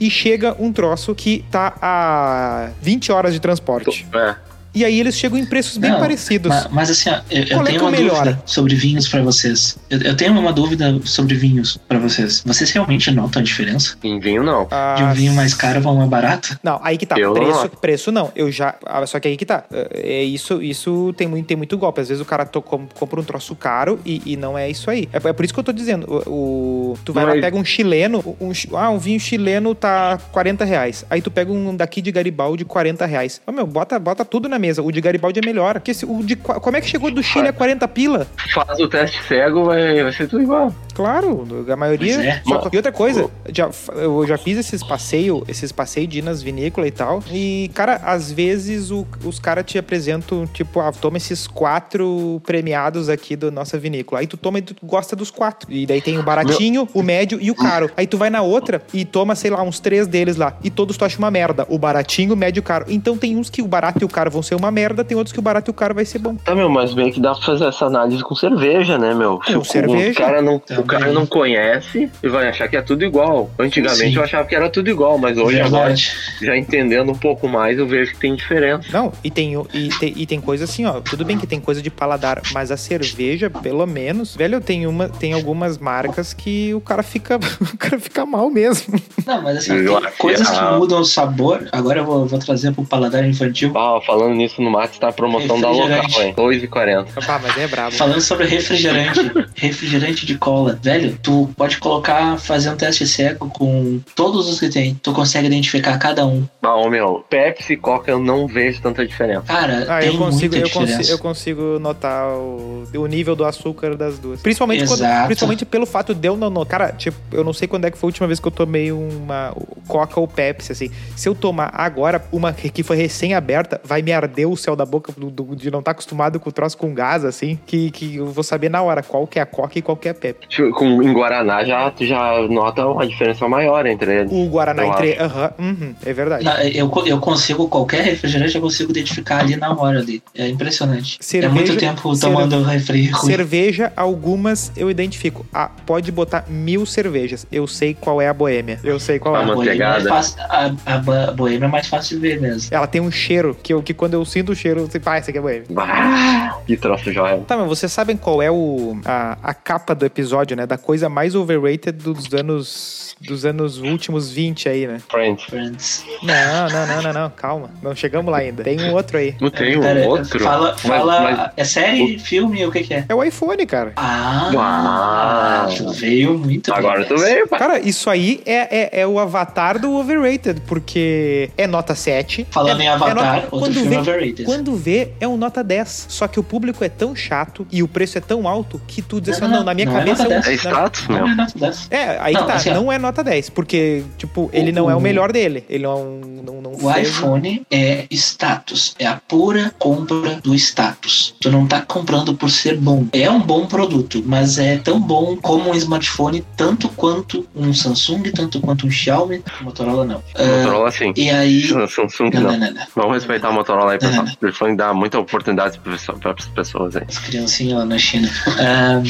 e chega um troço que tá a 20 horas de transporte. É. E aí eles chegam em preços bem Não, parecidos. Ma- Mas, assim, ó, eu, eu Qual é tenho que é o uma melhor? dúvida sobre vinhos pra vocês. Eu, eu tenho uma dúvida sobre vinhos pra vocês. Vocês realmente notam a diferença Em vinho, não. Ah, de um vinho mais caro pra um mais barato? Não, aí que tá. Eu não preço, noto. preço não. Eu já. ah, Só que aí que tá. É é isso, isso tem muito, tem muito golpe. Às vezes o cara to- com- compra um troço caro e, e não é isso aí. É, é por isso que eu tô dizendo. O, o- tu vai lá, Mas- pega um chileno, um, chi- ah, um vinho chileno tá 40 reais. Aí tu pega um daqui de Garibaldi, 40 reais. Ô, meu, bota, bota tudo na mesa. O de Garibaldi é melhor. Porque esse- o de, qua- como é que chegou do Chile a 40 pila? Faz o teste cego, vai, vai ser tudo igual. Claro, a maioria. Pois é. Só- tá- Mas- e outra coisa, já, f- eu já fiz esses passeios, esses passeios de ir nas vinícolas e tal. E, cara, às vezes o- os caras te apresentam, tipo, ah, toma esses quatro premiados aqui da nossa vinícola. Aí tu toma e tu gosta dos quatro. E daí tem o baratinho, o médio e o caro. Aí tu vai na outra e toma, sei lá, uns três deles lá. E todos tu acha uma merda. O baratinho, o médio e o caro. Então tem uns que o barato e o caro vão ser uma merda, tem outros que o barato e o caro vai ser bom. Tá, meu, mas meio que dá pra fazer essa análise com cerveja, né, meu? Se o, cerveja. O cara, não, o Também. cara não conhece e vai achar que é tudo igual. Antigamente Sim. eu achava que era tudo igual, mas hoje, agora, Verdade. já entendendo um pouco mais, eu vejo que tem diferença. Não, e tem, o- e, te- e tem coisa assim, ó. Tudo bem que tem coisa de paladar, mas a cerveja, pelo menos, velho, tem, uma, tem algumas marcas que o cara fica. O cara fica mal mesmo. Não, mas assim, tem Eu acho que coisas que a- mudam o sabor. Agora eu vou, vou trazer pro paladar infantil. Ah, falando nisso, no Max tá a promoção da local, Refrigerante. hein? 2,40. Ah, mas é brabo. Falando sobre refrigerante, refrigerante de cola, velho, tu pode colocar, fazer um teste cego com todos os que tem, tu consegue identificar cada um. Ah, ô, meu, Pepsi e Coca eu não vejo tanta diferença. Cara, Ah, tem eu consigo, muita eu consigo, diferença. eu consigo notar o, o nível do açúcar das duas. Principalmente, quando- Exato. principalmente pelo fato de eu não notar. Cara, tipo, eu não sei quando é que foi a última vez que eu tomei uma Coca ou Pepsi, assim. Se eu tomar agora uma que foi recém-aberta, vai me arder o céu da boca do- tá do- de não estar acostumado com o troço com gás, assim, que, que eu vou saber na hora qual que é a Coca e qual que é a Pepsi. Deixa Tipo, com, em Guaraná já, tu já nota uma diferença maior entre eles. O Guaraná Eu entre. Aham, uhum, é verdade. Na- Eu, co- eu consigo, qualquer refrigerante, eu consigo identificar ali na hora ali. É impressionante. Cerveja- é muito tempo cerve- tomando refri é ruim. Cerveja, algumas eu identifico. Ah, pode botar mil cervejas. Eu sei qual é a boêmia. Eu sei qual Ah, A é. mas- boêmia, é Manteigada. fácil, a, a ba- boêmia é mais fácil de ver mesmo. Ela tem um cheiro que, eu, que quando eu sinto o cheiro, eu sei, ah, isso aqui é boêmia. Ah. Bah, que troço joia. Tá, mas vocês sabem qual é o, a, a capa do episódio, né? Da coisa mais overrated dos anos. dos anos últimos 20 aí, né? Friends. Friends. Não, não, não, não, não. Calma. Não chegamos lá ainda. Tem um outro aí. Não tem É, Pera, um outro? Fala, Mas- fala mas- é série, filme, o que que é? É o iPhone, cara. Ah, Uau. tu veio muito bem agora tu nessa. veio, pá. Cara, isso aí é, é, é o avatar do overrated, porque é nota 7. Falando é, em Avatar, é outro filme vê, overrated. Quando vê, é um nota 10. Só que o público é tão chato e o preço é tão alto que tu diz assim, Não, não, não, na minha não é cabeça... nota um- 10. É na- status, Não, meu. é nota 10. é, aí que Não, tá, assim, ó. não é nota 10, porque, tipo, ele O- não é o o- melhor dele. Ele não, não, não O fez- iPhone é status, é a pura compra do status. Tu não tá comprando por ser bom. É um bom produto, mas é tão bom como um smartphone, tanto quanto um Samsung, tanto quanto um Xiaomi. Motorola não. Ah, Motorola sim. E Ah. aí. Samsung Não, não. não, não, não. Vamos respeitar a Motorola aí, pessoal. Não, não. O telefone dá muita oportunidade para as pessoas aí. As criancinhas lá na China. Ah,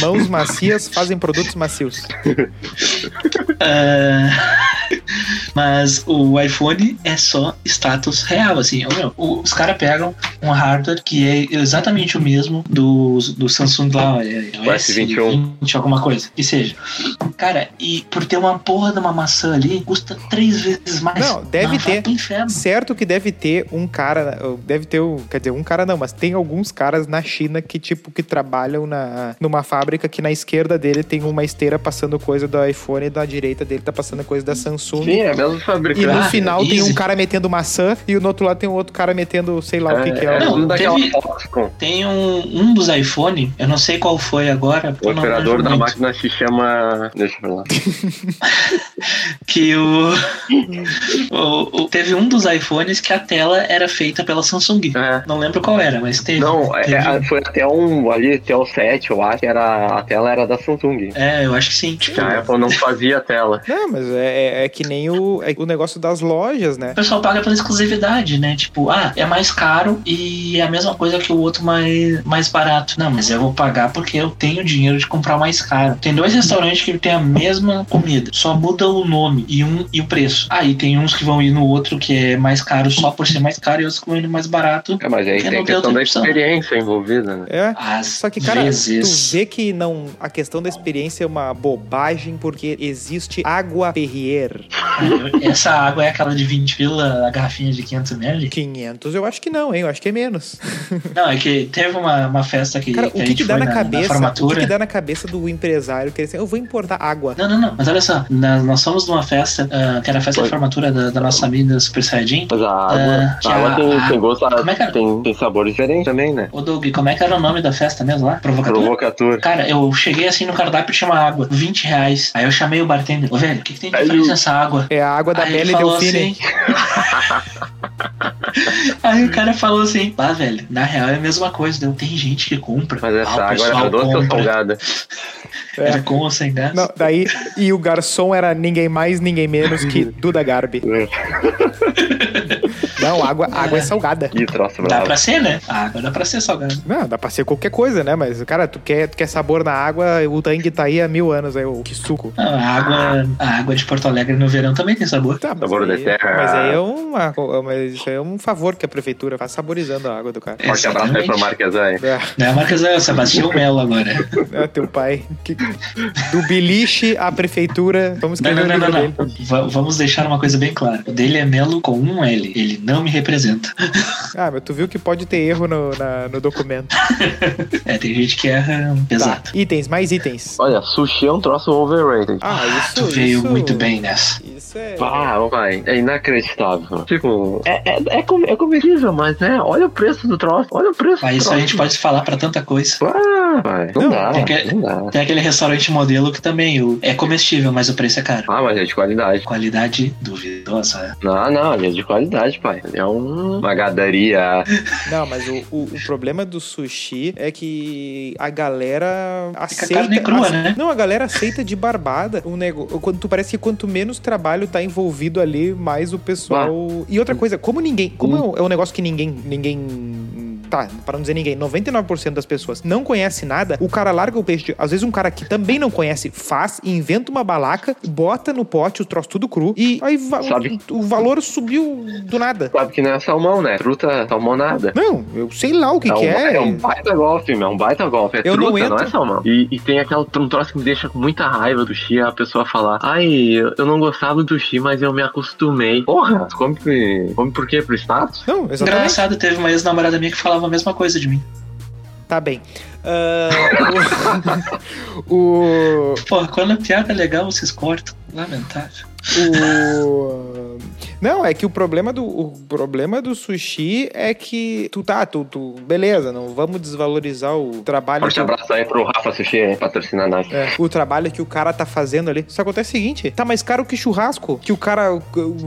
Mãos macias fazem produtos macios. Ah, mas o iPhone é só status real, assim. Ô, meu, o- os caras pegam um hardware que é exatamente o mesmo do, do Samsung lá, é, é O S21. 20, um, alguma coisa, que seja. Cara, e por ter uma porra de uma maçã ali, custa três vezes mais. Não, deve Ah, vai ter. pro inferno. Certo que deve ter um cara, deve ter, o- quer dizer, um cara não, mas tem alguns caras na China que tipo que trabalham na numa fábrica que na esquerda dele tem uma esteira passando coisa do iPhone e da direita dele tá passando coisa da Samsung. Sim, é mesmo fabricante. E no Ah, final tem easy. um cara metendo maçã e no outro lado tem um outro cara metendo, sei lá o que que é. é Não, tudo daquela teve- Foxconn. Tem um, um dos iPhone, eu não sei qual foi agora. porque O eu não operador manjo da muito, máquina se chama. Deixa eu falar. Que o, o- o- Teve um dos iPhones que a tela era feita pela Samsung. É. Não lembro qual era, mas teve. Não, é- teve. é- foi até um. Ali, até o 7, eu acho que era, a tela era da Samsung. É, eu acho que sim. Que a Apple não fazia tela. Não, mas é, é- é que nem o, é o negócio das lojas, né? O pessoal paga pela exclusividade, né? Tipo, ah, é mais caro e é a mesma coisa que o outro mais, mais barato. Não, mas eu vou pagar porque eu tenho dinheiro de comprar o mais caro. Tem dois restaurantes que tem a mesma comida, só muda o nome e, um, e o preço. Aí tem uns que vão ir no outro que é mais caro só por ser mais caro e outros que vão ir no mais barato. É, mas aí Porque tem não tem questão outra da opção. experiência envolvida, né? É. Às Só que, cara, vezes. tu vê que não, a questão da experiência é uma bobagem porque existe água Perrier. Essa água é aquela de 20 pila, a garrafinha de 500ml? 500 eu acho que não, hein? Eu acho que é menos. Não, é que teve uma, uma festa que, Cara, que o a que, gente que dá foi na cabeça? o que, formatura. que dá na cabeça do empresário que ele assim, eu vou importar água. Não, não, não. Mas olha só, na- nós fomos numa festa, ah, que era a festa Foi. de formatura da, da nossa amiga Super Saiyajin. Mas a água, que a água a- tem, É, a- tem gosto, como é que é? tem, tem sabor diferente também, né? Ô Doug, como é que era o nome da festa mesmo lá? Provocador? Provocatura. Cara, eu cheguei assim no cardápio tinha uma água, 20 reais. Aí eu chamei o bartender, ô velho, o que, que tem de Aí diferente o- nessa água? É a água da Aí ele Belle falou Delfine. assim- Aí o cara falou assim, ah, velho, na real é a mesma coisa, deu. tem gente que compra. Mas essa Ah, o água pessoal era doce ou compra. salgada? É. Era com ou sem gás? Não, daí, e o garçom era ninguém mais, ninguém menos que Duda Garbi. É. Não, água, água é salgada. Que troço Dá bravo. pra ser, né? A água dá pra ser salgada. Não, dá pra ser qualquer coisa, né? Mas, cara, tu quer, tu quer sabor na água, o Tang tá aí há mil anos, aí, o que suco. Não, a água, a água de Porto Alegre no verão também tem sabor. Tá, mas Sabor aí- da terra. Mas aí é uma, co- mas isso aí é um favor que a prefeitura faz saborizando a água do cara. Forte abraço aí pra Marquesai. É, É, Não é Marcos, é o Sebastião Melo agora. é teu pai. Que- do biliche à prefeitura. Vamos Não, escrever não, o não, livro não, dele. não. Va- Vamos deixar uma coisa bem clara. O dele é Melo com um L. Ele não me representa. Ah, mas tu viu que pode ter erro no, na- no documento. É, tem gente que erra um pesado. Tá, itens, mais itens. Olha, sushi é um troço overrated. Ah, isso. tu veio isso- muito bem nessa. Isso é. Ah, vai, é inacreditável. Tipo, é, é, é, com- é comestível, mas né? Olha o preço do troço. Olha o preço Mas do isso a troço. gente pode falar pra tanta coisa. Ah, dá, velho. Não, Não, dá, tem que- não dá. Tem aquele restaurante modelo que também o- é comestível, mas o preço é caro. Ah, mas é de qualidade. Qualidade duvidosa. né? Não, não, ele é de qualidade, pai. Ele é um- uma gadaria. Não, mas o, o- o problema do sushi é que a galera aceita. carne crua, ace- né? Não, a galera aceita de barbada o negócio. Quando tu parece que quanto menos trabalho tá envolvido ali, mais o pessoal. E outra coisa, como ninguém. Como é um- é um negócio que ninguém. ninguém. Tá, para não dizer ninguém, 99% das pessoas não conhece nada, o cara larga o peixe. de- Às vezes um cara que também não conhece faz, inventa uma balaca, bota no pote o troço tudo cru e aí va- Sabe? o valor subiu do nada. Sabe que não é salmão, né? Truta salmonada. Não, eu sei lá o que, é, um, que é. é um baita golfe, meu. É um baita golfe. É Eu não truta, não, é entro. salmão. E, e tem aquela um troço que me deixa com muita raiva do chi, a pessoa falar, ai, eu eu não gostava do chi, mas eu me acostumei. Porra, tu come, por- come por quê? Pro status? Não, exatamente. Engraçado, teve uma ex-namorada minha que falava a mesma coisa de mim. Tá bem. Ah, o, o, Porra, quando a piada é legal, vocês cortam. Lamentável. o- Não, é que o problema do o problema do sushi é que tu tá, tu, tu beleza, não vamos desvalorizar o trabalho Forte que o- abraço aí pro Rafa Sushi hein, patrocinar nós. É, o trabalho que o cara tá fazendo ali. Só acontece o seguinte, tá mais caro que churrasco. Que o cara, o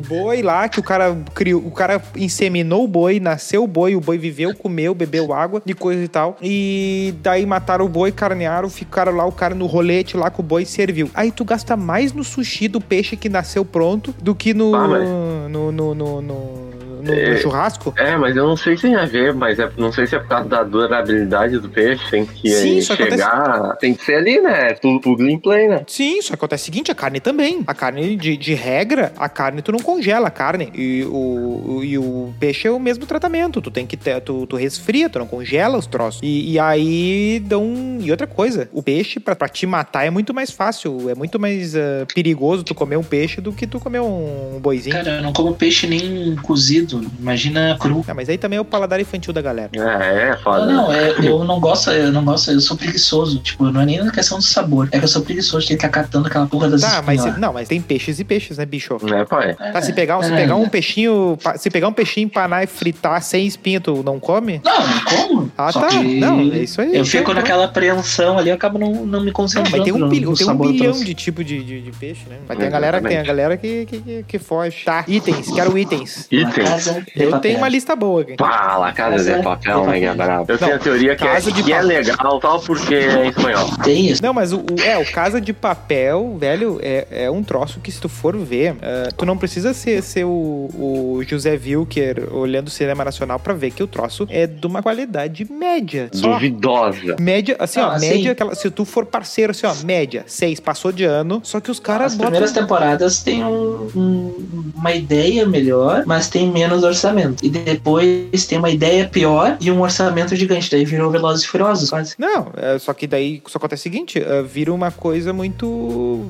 boi lá, que o cara criou, o cara inseminou o boi, nasceu o boi, o boi viveu, comeu, bebeu água e coisa e tal. E daí mataram o boi, carnearam, ficaram lá o cara no rolete lá com o boi e serviu. Aí tu gasta mais no sushi do peixe que nasceu pronto do que no. Ah, mas- no, no, no, no, no- É. no churrasco. É, mas eu não sei se tem a ver, mas é- não sei se é por causa da durabilidade do peixe, tem que Sim, eh, isso chegar, tem que ser ali, né? Tudo pro green play, né? Sim, só que acontece o seguinte, a carne também. A carne, de, de regra, a carne tu não congela a carne. E o, o- e o peixe é o mesmo tratamento. Tu tem que ter, tu, tu resfria, tu não congela os troços. E, e aí dão. E outra coisa, o peixe, pra, pra te matar, é muito mais fácil. É muito mais ah, perigoso tu comer um peixe do que tu comer um boizinho. Cara, eu não como peixe nem cozido. Imagina cru. Ah, mas aí também é o paladar infantil da galera. É, é Não, foda. não, né? é- eu não gosto, eu não gosto, eu sou preguiçoso. Tipo, não é nem na questão do sabor. É que eu sou preguiçoso, tem que ficar catando aquela porra das Tá, mas, espinhas não, mas tem peixes e peixes, né, bicho? É, pai. lá. Tá, se pegar, um- se É. pegar um peixinho. pa- Se pegar um peixinho, empanar e fritar sem espinho, tu não come? Não, eu como. Ah, Só tá. que Não, é isso aí. Eu Isso aí, fico pronto. naquela apreensão ali, eu acabo não, não me Não, concentrando. mas tem um, no- bilhão, no tem um sabor do bilhão troço. de tipo de, de, de peixe, né? Mas É, tem a galera, tem a exatamente. galera que, que, que, que foge. Tá, itens, quero itens. La Item. Casa de Eu Papel. tenho uma lista boa aqui. Fala, Casa de Casa Papel, de né, que é Papel. brabo. Eu Não, tenho a teoria que, é, Casa de que é Papel. legal, tal, porque é em espanhol. Tem isso. Não, mas o, o- é, o Casa de Papel, velho, é, é um troço que se tu for ver, ah, tu não precisa ser, ser o, o José Wilker olhando o cinema nacional pra ver que o troço é de uma qualidade média. Só. Duvidosa. Média, assim, ó, Ah, sim. média, aquela, se tu for parceiro, assim, ó, média, seis, passou de ano, só que os caras As botam... primeiras temporadas tem um- um- uma ideia melhor, mas tem menos orçamento. E depois tem uma ideia pior e um orçamento gigante. Daí virou Velozes e Furiosos, quase. Não, é, só que daí só acontece o seguinte, é, vira uma coisa muito.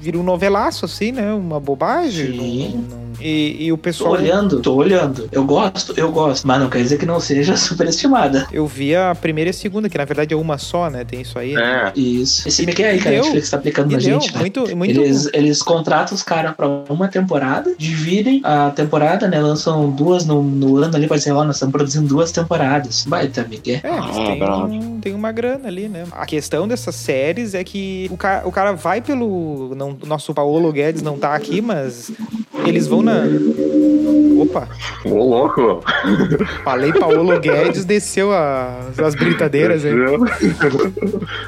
Vira um novelaço, assim, né? Uma bobagem. Sim. não- não- E, e o Tô pessoal. olhando, tô olhando. Eu gosto, eu gosto. Mas não quer dizer que não seja superestimada. Eu vi a primeira e a segunda, que na verdade é uma só, né? Tem isso aí. né? É. Isso. Esse Mickey aí que a Deu. Netflix tá aplicando E na deu, gente. né? muito, muito. Eles, eles contratam os caras pra uma temporada, dividem a temporada, né? Lançam duas no, no ano ali, pode ser, ó, nós estamos produzindo duas temporadas. Baita, Miguel. É, mas Ah, tem, bravo. tem uma grana ali, né? A questão dessas séries é que o, ca- o cara vai pelo. Não, o nosso Paolo Guedes não tá aqui, mas eles vão na. Opa, Ô, louco. falei Paolo Guedes, desceu a- as britadeiras aí.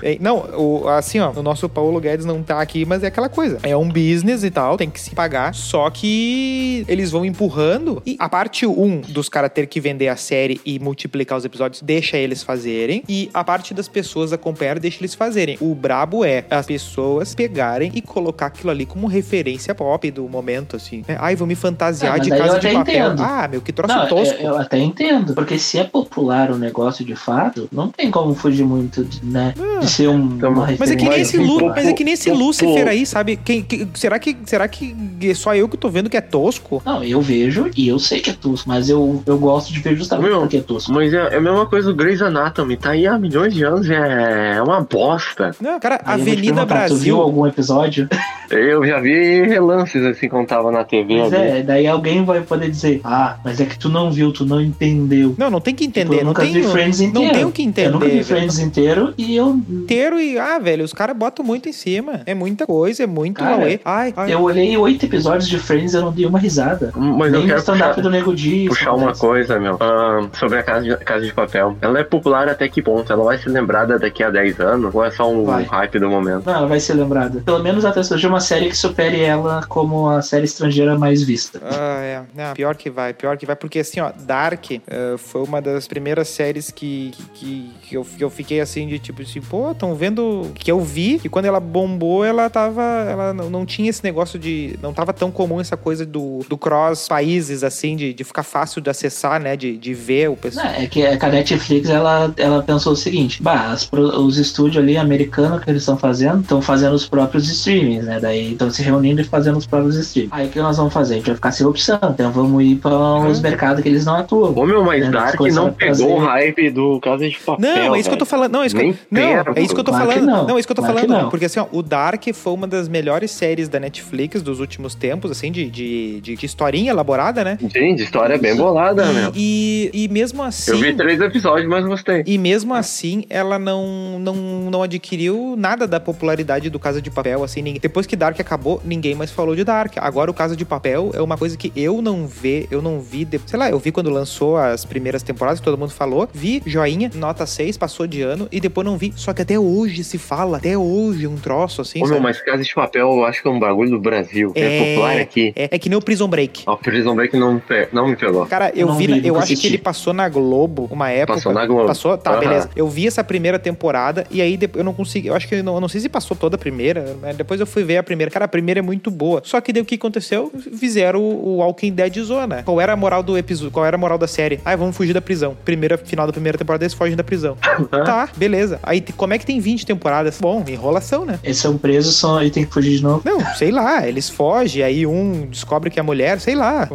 É, não, o- assim, ó, o nosso Paulo Guedes não tá aqui, mas é aquela coisa. É um business e tal, tem que se pagar. Só que eles vão empurrando. E a parte 1 dos caras ter que vender a série e multiplicar os episódios, deixa eles fazerem. E a parte das pessoas acompanhar, deixa eles fazerem. O brabo é as pessoas pegarem e colocar aquilo ali como referência pop do momento, assim. né? Ai, vou me fantasiar Ah, mas de daí casa eu de até papel. entendo. Ah, meu, que troço Não, é, eu, tosco. eu até entendo, porque se é popular o negócio de fato, não tem como fugir muito, de, né? De ser um, Então, uma Ah, Mas é que nem referência. esse, um Lu, pouco- mas é que nem esse um Lúcifer pouco. aí, sabe? Quem, que- será, que, será que é só eu que tô vendo que é tosco? Não, eu vejo e eu sei que é tosco, mas eu, eu gosto de ver justamente Meu. porque é tosco. Mas é, é a mesma coisa do Grey's Anatomy. Tá aí há milhões de anos. É, é uma bosta. Não, cara, Aí eu vou te Avenida perguntar, "Ah, Tu viu Brasil. algum episódio? Eu já vi relances assim quando tava na TV. Mas ali. é, daí alguém vai poder dizer, ah, mas é que tu não viu, tu não entendeu. Não, não tem que Tipo, entender. eu não nunca tem, vi Friends não inteiro. tem o que entender. Eu nunca vi velho. Friends inteiro e eu, inteiro e, ah, velho, os caras botam muito em cima. É muita coisa, é muito Cara, auê. Ai, ai. eu olhei oito episódios de Friends e eu não dei uma risada. Mas eu Nem o quero stand-up puxar- do Nego Di. puxar sabe? uma coisa, meu, ahn, sobre a casa de, casa de Papel. Ela é popular até que ponto? Ela vai ser lembrada daqui a 10 anos? Ou é só um Vai. hype do momento? Não, ela vai ser lembrada. Pelo menos até surgir uma série que supere ela como a série estrangeira mais vista. Ah, é. Não, pior que vai, pior que vai. Porque assim, ó, Dark eh, foi uma das primeiras séries que, que, que, eu, que eu fiquei assim, de tipo assim, pô, tão vendo. Que eu vi que quando ela bombou, ela tava. Ela não, não tinha esse negócio de. Não tava tão comum essa coisa do, do cross países, assim, de, de ficar fácil de acessar, né? De, de ver o Não, pessoal. É que a Netflix ela, ela pensou o seguinte: bah, as pro- os estúdios ali americanos que eles estão fazendo, estão fazendo os próprios streamings, né? Daí estão se reunindo e fazendo os próprios streamings. Aí o que nós vamos fazer? A gente vai ficar sem opção, então vamos ir para Uhum. os mercados que eles não atuam. Ô meu, mas É, Dark coisa não vai fazer. pegou o hype do Casa de Papel. Não, é isso que eu tô velho. falando. Não, é isso que eu, Nem não, perto. é isso que eu tô Claro que falando. Não. não. é isso que eu tô Claro que falando. não. Porque assim, ó, o Dark foi uma das melhores séries da Netflix dos últimos tempos, assim, de, de, de, de historinha elaborada, né? Gente, história bem bolada, meu. E, e, e mesmo Eu vi assim. três episódios, mas gostei. E mesmo assim, ela não, não, não adquiriu nada da popularidade do Casa de Papel, assim, ninguém- depois que Dark acabou, ninguém mais falou de Dark. Agora o Casa de Papel é uma coisa que eu não vê, eu não vi, de- sei lá, eu vi quando lançou as primeiras temporadas, que todo mundo falou, vi joinha, nota 6, passou de ano, e depois não vi, só que até hoje se fala, até hoje um troço, assim, Ô meu, sabe? mas Casa de Papel eu acho que é um bagulho do Brasil. É, É. popular aqui. É, é que nem o Prison Break. A Prison Break não, pe- não me pegou. Cara, eu Não vi, vi, na- eu nunca acho que assisti. ele passou na Globo uma época. Passou na Globo. Passou? Tá, Aham. beleza. Eu vi essa primeira temporada e aí depois eu não consegui. Eu acho que eu não, eu não sei se passou toda a primeira, mas depois eu fui ver a primeira. Cara, a primeira é muito boa. Só que daí o que aconteceu? Fizeram o, o Walking Dead Zona. Qual era a moral do episódio? Qual era a moral da série? Ah, vamos fugir da prisão. Primeira, final da primeira temporada, eles fogem da prisão. tá, beleza. Aí te- como é que tem 20 temporadas? Bom, enrolação, né? Eles são presos só, e tem que fugir de novo. Não, sei lá, eles fogem, aí um descobre que é mulher, sei lá.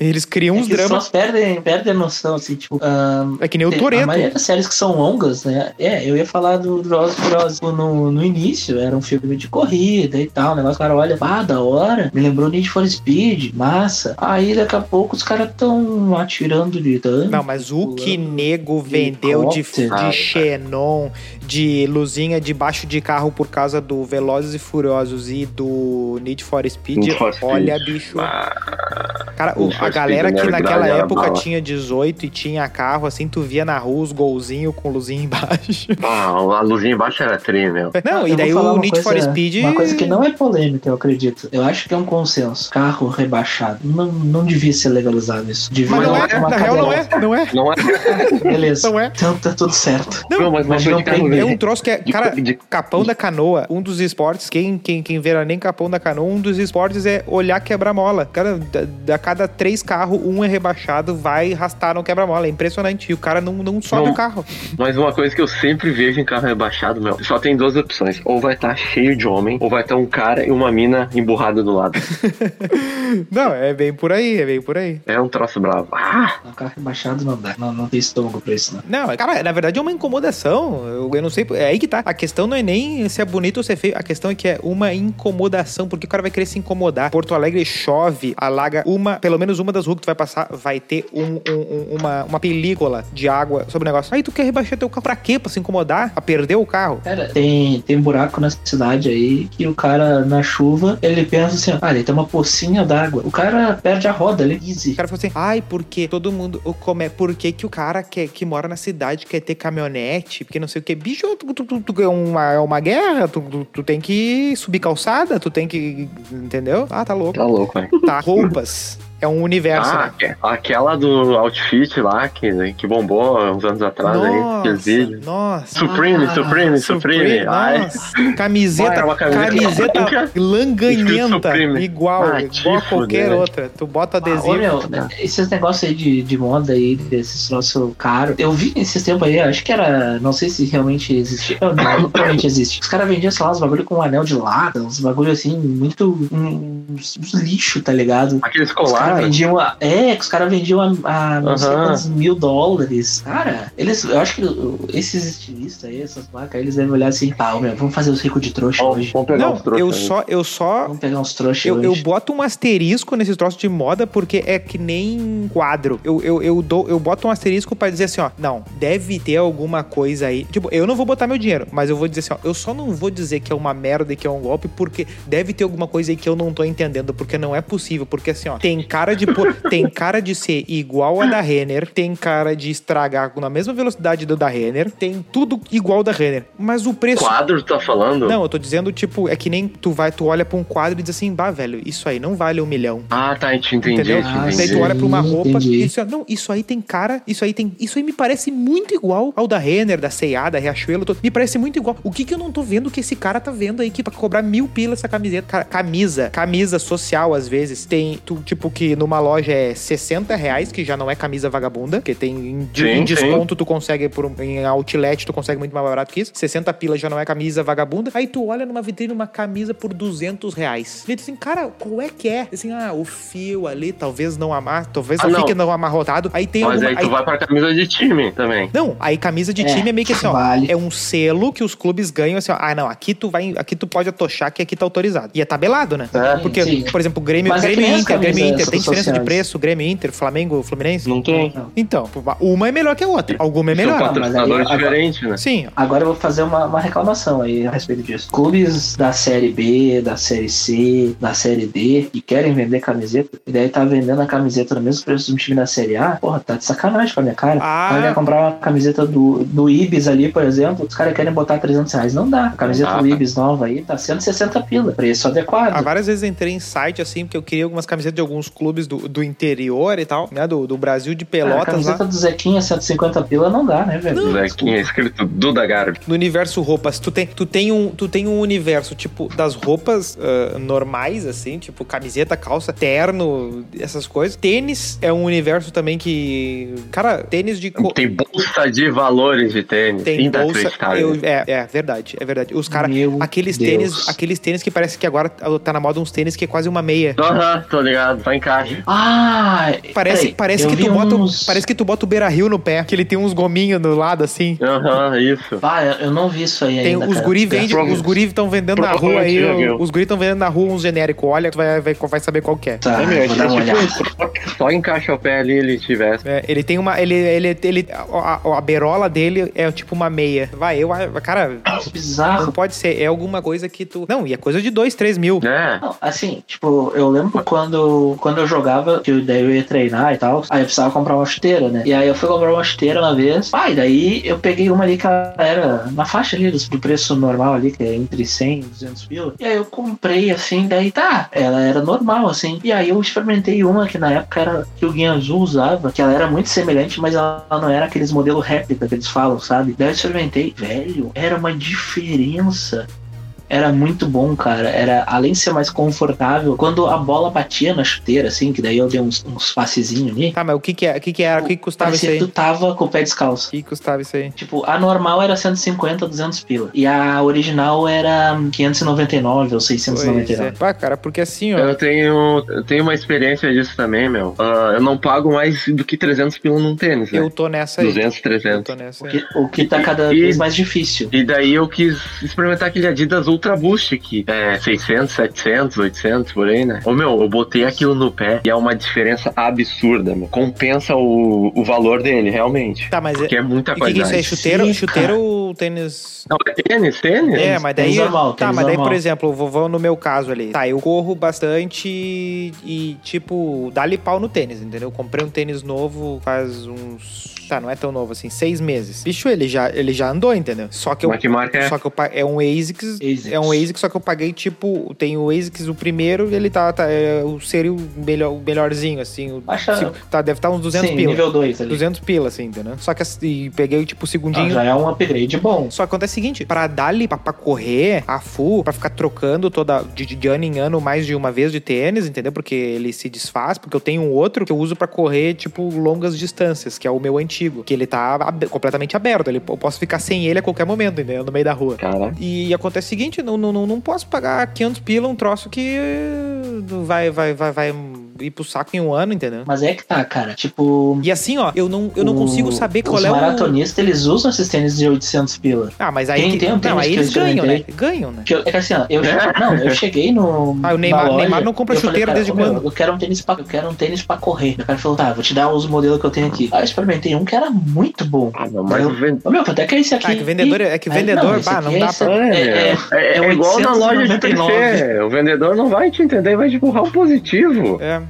Eles criam uns É que dramas. só perdem, perdem a noção, assim, tipo, ahn, É que nem o Tem- A Toreto. maioria das séries que são longas, né? É, eu ia falar do Velozes e Furiosos no, no início, era um filme de corrida e tal, o negócio, o cara olha, ah, da hora, me lembrou Need for Speed, massa. Aí daqui a pouco os caras tão atirando de dano. Não, mas o que nego vendeu de, helicóptero. Ah, de tá. xenon, de luzinha debaixo de carro por causa do Velozes e Furiosos e do Need for Speed, Need for Speed. olha, bicho. Ah, Cara, o- Need for a galera Speed, que né, naquela era época bala. tinha 18 e tinha carro, assim, tu via na rua os golzinhos com luzinha embaixo. ah, a luzinha embaixo era tri, meu. Não, Ah, Eu e vou daí falar o uma Need for coisa- Speed. Uma coisa que não é polêmica, eu acredito. Eu acho que é um consenso. Carro rebaixado. Não, não devia ser legalizado isso. Devia Mas não uma é, na real não é, não é, Não é? Beleza. não é. Então tá tudo certo. Não, mas uma mas coisa não de carro tem- É um velho. troço que é. De- Cara, de- Capão da Canoa, um dos esportes, quem, quem, quem vê nem Capão da Canoa, um dos esportes é olhar quebra-mola. Cara, da, da cada três carros, um é rebaixado, vai arrastar no quebra-mola. É impressionante. E o cara não, não sobe Não. o carro. Mas uma coisa que eu sempre vejo em carro rebaixado, meu, só tem duas opções. Ou vai estar cheio de homem, ou vai estar um cara e uma mina emburrada do lado. Não, é bem por aí, é bem por aí. É um troço bravo. Ah! Não, Carro rebaixado não dá. Não, não tem estômago pra isso, não. Não, cara, na verdade é uma incomodação. Eu, eu não sei. É aí que tá. A questão não é nem se é bonito ou se é feio. A questão é que é uma incomodação. Porque o cara vai querer se incomodar. Porto Alegre chove, alaga uma, pelo menos uma das ruas que tu vai passar, vai ter um- um- um- uma, uma película de água sobre o negócio. Aí tu quer rebaixar teu carro pra quê? Pra se incomodar? A perder o carro? Cara, tem, tem buraco na cidade aí que o cara, na chuva, ele pensa assim, ó, ah, ali tem uma pocinha d'água. O cara perde a roda ali, O easy. cara fala assim, ai, porque todo mundo. o Como é, por que, que o cara que, que mora na cidade quer ter caminhonete? Porque não sei o que. Bicho, tu, tu, tu, tu- é, uma, é uma guerra, tu, tu, tu tem que subir calçada, tu tem que. Entendeu? Ah, tá louco. Tá louco, velho. Tá, roupas. É um universo, Ah, né? aque- aquela do outfit lá que, que bombou uns anos atrás aí, aqueles vídeos. nossa. Supreme, Ah, Supreme, Supreme, Supreme. Ai, nossa. Camiseta, Olha, uma camiseta, camiseta branca. langanhenta, Escrito Supreme. igual, Ah, te igual a qualquer fuder. outra. Tu bota Ah, ô, adesivo. meu, esses negócios aí de, de moda aí, desses troços caros. Eu vi esses tempos aí, acho que era. Não sei se realmente existe. Não, não, realmente existe. Os caras vendiam, sei lá, uns bagulho com um anel de lata, uns bagulho assim, muito. Uns, uns lixo, tá ligado? aqueles Os colar caras vendiam a. É, que os caras vendiam a, a não sei Aham. quantos mil dólares. Cara, eles. Eu acho que o- esses estilistas aí, essas marcas, eles devem olhar assim, pau, meu, vamos fazer os ricos de trouxa hoje. Vamos pegar Não, os trouxas. eu aí. só, eu só Vamos pegar uns trouxas Eu, hoje. eu boto um asterisco nesses troços de moda porque é que nem quadro. Eu, eu, eu, dou, eu boto um asterisco pra dizer assim, ó, não, deve ter alguma coisa aí. Tipo, eu não vou botar meu dinheiro, mas eu vou dizer assim, ó, eu só não vou dizer que é uma merda e que é um golpe porque deve ter alguma coisa aí que eu não tô entendendo, porque não é possível, porque assim, ó, tem cara de po- tem cara de ser igual a da Renner, tem cara de estragar na mesma velocidade do da Renner, tem tudo igual da Renner, mas o preço Quadro, tu tá falando? não, eu tô dizendo, tipo, é que nem tu vai, tu olha pra um quadro e diz assim, bah, velho, isso aí não vale um milhão. Ah, tá, eu te entendi, Entendeu? te Ah, Daí entendi. tu olha pra uma Entendi, roupa entendi. e diz, assim, ó, não, isso aí tem cara, isso aí tem. Isso aí me parece muito igual ao da Renner, da C&A, da Riachuelo. tô- me parece muito igual. O que que eu não tô vendo que esse cara tá vendo aí que pra cobrar mil pila essa camiseta? Cara, camisa, camisa social, às vezes, tem, tu, tipo, que numa loja é 60 reais, que já não é camisa vagabunda, que tem em, de- Sim, em sim. desconto, tu consegue por um- em outlet, tu consegue muito mais barato que isso. 60 pila já não é camisa vagabunda. Aí tu olha numa vitrine uma camisa por 200 reais. E tu assim, cara, qual é que é? Assim, ah, o fio ali, talvez não amar, talvez Ah, não, não. fique não amarrotado. Aí tem Mas alguma... aí tu vai pra camisa de time também. Não, aí camisa de É, time é meio que assim, ó, vale. é um selo que os clubes ganham assim, ó, ah, não, aqui tu vai, aqui tu pode atochar que aqui tá autorizado. E é tabelado, né? É. Porque, Sim. por exemplo, Grêmio, Mas é que Grêmio nem as Inter, Grêmio camisas Inter, tem diferença de sociais. preço, Grêmio Inter, Flamengo, Fluminense? Não tem. Não. Então, uma é melhor que a outra. Alguma é São melhor. quatro. patrocinadores mas aí- diferentes, né? Sim. Agora eu vou fazer uma, uma reclamação aí a respeito disso. Clubes da série B, da série C, da série D, que querem vender camiseta, e daí tá vendendo a camiseta no mesmo preço de um time da série A, porra, tá de sacanagem com a minha cara. Ah. O cara quer comprar uma camiseta do, do Ibis ali, por exemplo, os caras querem botar 300 reais. Não dá. A camiseta Ah, Não dá, do cara. Ibis nova aí tá 160 pila, preço adequado. Há várias vezes eu entrei em site assim, porque eu queria algumas camisetas de alguns clubes do, do interior e tal, né? Do, do Brasil de Cara, Ah, a Pelotas lá. camiseta do Zequinha 150 pila não dá, né, velho? Zequinha é escrito Duda Garbi. No universo roupas, tu tem, tu tem, um, tu tem um universo, tipo, das roupas ah, normais, assim, tipo, camiseta, calça, terno, essas coisas. Tênis é um universo também que. Cara, tênis de. co- Tem bolsa de valores de tênis. Tem bolsa. Inacreditável. Eu, é, é verdade, é verdade. Os caras. Meu Aqueles Deus. tênis, aqueles tênis que parece que agora tá na moda uns tênis que é quase uma meia. Aham, tô ligado, tá em caixa. Ah, Parece, peraí, parece, eu que vi tu bota, uns- parece que tu bota o Beira Rio no pé, que ele tem uns gominhos do lado assim. Aham, isso. Bah, eu- eu não vi isso aí Tem, ainda. os cara. guri vende, Prova- os guri estão vendendo na rua Provavelmente aí, já viu. os guri estão vendendo na rua uns genéricos. Olha, tu vai, vai, vai saber qual que é. Tá, é, meu, é vou dar uma tipo olhada. um troca, só encaixa o pé ali ele tivesse. É, ele tem uma. Ele, ele, ele, a, a- a berola dele é tipo uma meia. Vai, eu. a- Cara, Que bizarro. não pode ser. É alguma coisa que tu. Não, e é coisa de dois, três mil. É. Não, assim, tipo, eu lembro quando, quando eu jogava, que eu- daí eu ia treinar e tal, aí eu precisava comprar uma chuteira, né? E aí eu fui comprar uma chuteira uma vez, ah, e daí eu peguei uma ali que ela era na faixa ali do, do preço normal ali, que é entre 100 e 200 mil, e aí eu comprei assim, daí tá, ela era normal assim, e aí eu experimentei uma que na época era que o Guinha Azul usava, que ela era muito semelhante, mas ela não era aqueles modelo réplica que eles falam, sabe? Daí eu experimentei, velho, era uma diferença era muito bom, cara. Era, além de ser mais confortável, quando a bola batia na chuteira, assim, que daí eu dei uns, uns passezinhos ali, Tá, mas o que que, é, o que, que era? O que que custava isso parecia aí? que tu O tava com o pé descalço. que custava isso aí? Tipo, a normal era 150, 200 pila. E a original era 599 ou Pois 699. é. Pá, cara, porque assim, ó. É, Eu tenho, eu tenho uma experiência disso também, meu. Ah, eu não pago mais do que 300 pila num tênis, né? Eu tô nessa aí. 200, Eu 300. tô nessa O aí. que, o que tá cada E- vez mais difícil. E daí eu quis experimentar aquele Adidas Ultra Boost que é 600, 700, 800 por aí, né? Ô meu, eu botei aquilo no pé e é uma diferença absurda, meu. Compensa o, o valor dele, realmente. Tá, mas é- Porque é muita E o que, que é isso qualidade. aí? Chuteiro, Sim, chuteiro cara. ou tênis? Não, é tênis, tênis? É, mas daí. tênis normal, tá, tênis mas daí, normal. por exemplo, vou, vou no meu caso ali. Tá, eu corro bastante e, tipo, dá-lhe pau no tênis, entendeu? Eu comprei um tênis novo faz uns. Tá, não é tão novo assim, seis meses. Bicho, ele já, ele já andou, entendeu? Só que eu. Mas que marca é? Só que eu, pa- é um ASICS, ASICS. É um ASICS, só que eu paguei, tipo, tem o ASICS o primeiro, ele tá. tá é, o seria o, melhor, o melhorzinho, assim. O, Acha- cinco- tá, deve estar uns 200 Sim, pila. nível 2 ali. 200 pila, assim, entendeu? Só que assim, peguei, tipo, Ah, o segundinho. já é um upgrade bom. Só que acontece é o seguinte, pra dar-lhe pra, pra correr a full, pra ficar trocando toda de, de ano em ano mais de uma vez de tênis, entendeu? Porque ele se desfaz, porque eu tenho um outro que eu uso pra correr, tipo, longas distâncias, que é o meu antigo, que ele tá ab- completamente aberto, ele, eu posso ficar sem ele a qualquer momento, entendeu? No meio da rua. Caraca. E acontece o seguinte, não, não, não, não posso pagar 500 pila um troço que eh, vai, vai, vai, vai ir pro saco em um ano, entendeu? Mas é que tá, cara. Tipo, E assim, ó, eu não, eu não o- consigo saber qual os é o. maratonistas, eles usam esses tênis de 800 pila. Ah, mas aí. Tem- que- tem um não, tênis aí que eles eu ganham, né? experimentei. Ganham, né? Que eu- é que assim, ó, eu, che- não, eu cheguei no. Ah, o Neymar- na loja, Neymar não compra eu falei, chuteira cara, desde ô, meu, quando? Eu quero um tênis pra, eu quero um tênis pra correr. O cara falou, tá, vou te dar os modelos que eu tenho aqui. Aí eu experimentei um que era muito bom. Ah, não, mas o ven- Ô, meu, quanto é que é esse aqui? Ah, é que o vendedor, é que o vendedor, esse bah, aqui não é dá esse- pra. É, É, é, é igual na loja de 899. PC. O vendedor não vai te entender, vai te empurrar o positivo. É.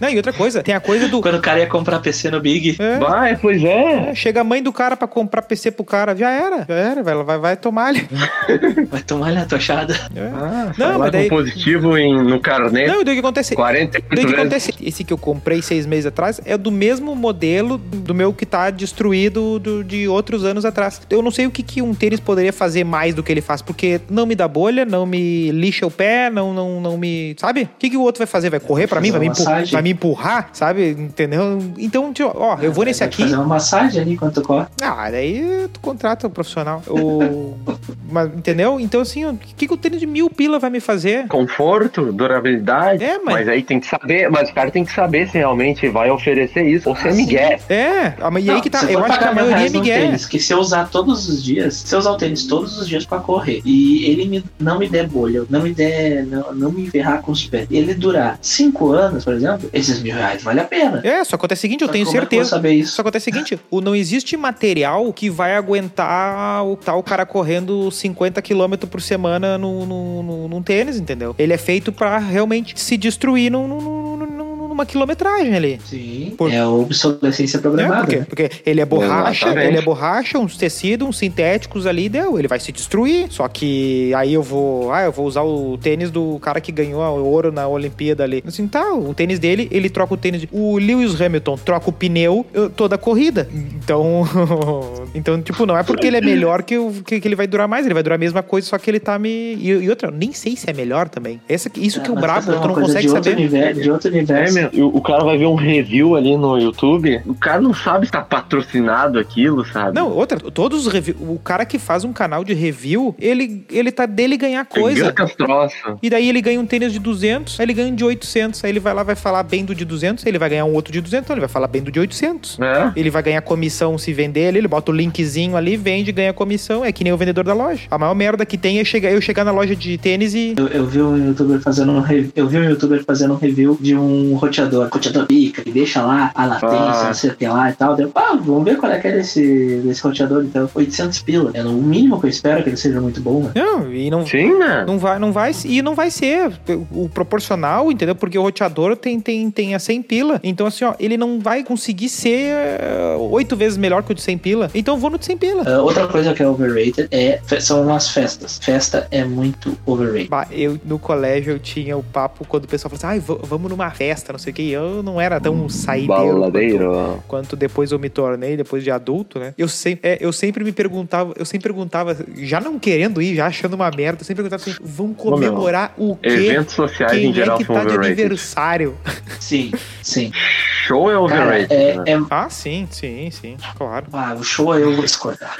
Não, e outra coisa, tem a coisa do. Quando o cara ia comprar PC no Big. É. Vai, pois é. É, Chega a mãe do cara pra comprar PC pro cara. Já era, já era, vai, vai, vai tomar ali. Vai tomar ali a tochada. É. Ah, sai lá mas daí- com positivo em, no É. carnê. Não, e daí o que acontece? Daí 48 o que vezes. acontece? Esse que eu comprei seis meses atrás é do mesmo modelo do meu que tá destruído do- de outros anos atrás. Eu não sei o que, que um tênis poderia fazer mais do que ele faz, porque não me dá bolha, não me lixa o pé, não, não, não me. Sabe? O que, que o outro vai fazer? Vai correr pra mim? Vai me, Fazer uma empurrar, massagem? vai me empurrar? Sabe? Entendeu? Então, tio, ó, eu vou nesse É, Vai aqui. Fazer uma massagem ali enquanto corre. Ah, daí tu contrata um profissional. O... Mas, entendeu? Então, assim, o que, que o tênis de mil pila vai me fazer? Conforto, durabilidade. É, mas- mas... aí tem que saber, mas o cara tem que saber se realmente vai oferecer isso ou se é Ah, sim. migué. É, a ma- e aí que tá. Se Eu for acho que pagar a mil maioria é reais num Miguel. Tênis, que se eu usar todos os dias, se eu usar o tênis todos os dias pra correr e ele me- não me der bolha, não me der, não, não me ferrar com os pés, ele durar cinco anos, por exemplo, esses mil reais vale a pena. É, só acontece o seguinte, eu Só tenho que como é que eu vou certeza. saber isso. Só acontece o seguinte, o, não existe material que vai aguentar o tal cara correndo 50 km por semana no, no, no- num tênis, entendeu? Ele é feito pra realmente se destruir num- num- num- num- numa quilometragem ali. Sim, Por- é a obsolescência É, programada. porque, porque ele é borracha, Exatamente. ele é borracha, uns tecidos, uns sintéticos ali, deu. Ele vai se destruir. Só que aí eu vou. Ah, eu vou usar o tênis do cara que ganhou o ouro na Olimpíada ali. Assim, tá, o tênis dele, ele troca o tênis. de- O Lewis Hamilton troca o pneu eh, toda a corrida. Então. então, tipo, não é porque ele é melhor que, o- que, que ele vai durar mais. Ele vai durar a mesma coisa, só que ele tá me. E, e outra, eu nem sei se é melhor também. Essa, isso que é o Mas brabo, fazer tu uma não Ah, então, coisa consegue de outro saber. universo- de outro É, universo. meu, e o o cara vai ver um review ali no YouTube, o cara não sabe se tá patrocinado aquilo, sabe? Não, outra, todos os reviews. O cara que faz um canal de review, ele, ele tá dele ganhar coisa. Engana os troços. E daí ele ganha um tênis de 200, aí ele ganha um de 800, aí ele vai lá, vai falar bem do de 200, aí ele vai ganhar um outro de 200, então ele vai falar bem do de 800. Né? Ele vai ganhar comissão se vender ali, ele bota o linkzinho ali, vende, ganha comissão, é que nem o vendedor da loja. A maior merda que tem é chegar, eu chegar na loja de tênis e... Eu, eu vi um youtuber fazendo um re- eu vi um youtuber fazendo um review de um roteador, roteador pica, que deixa lá a latência, Ah. não sei o que lá e tal. Deu, ah, vamos ver qual é que é desse, desse roteador, então. 800 pila. É o mínimo que eu espero que ele seja muito bom, né? Não, e não, Sim, né? Não vai, não vai, e não vai ser o proporcional, entendeu? Porque o roteador tem, tem, tem a 100 pila. Então, assim, ó, ele não vai conseguir ser eh, oito vezes melhor que o de 100 pila. Então, eu vou no de 100 pila. Ah, outra coisa que é overrated é, fe- são as festas. Festa é muito overrated. Bah, eu, no colégio, eu tinha o papo quando o pessoal falava assim, ai, va- vamos numa festa, não sei o que. Eu não era tão saideiro. quanto- Hum, Baladeiro. Quanto depois eu me tornei, depois de adulto, né? Eu, se, é, eu sempre me perguntava, eu sempre perguntava, já não querendo ir, já achando uma merda, eu sempre perguntava assim, vão comemorar o quê? Eventos sociais Quem em geral é que são tá de overrated. aniversário? Sim, sim. Show é Cara, overrated. né? é, é- Ah, sim, sim, sim, claro. Ah, o show eu vou discordar.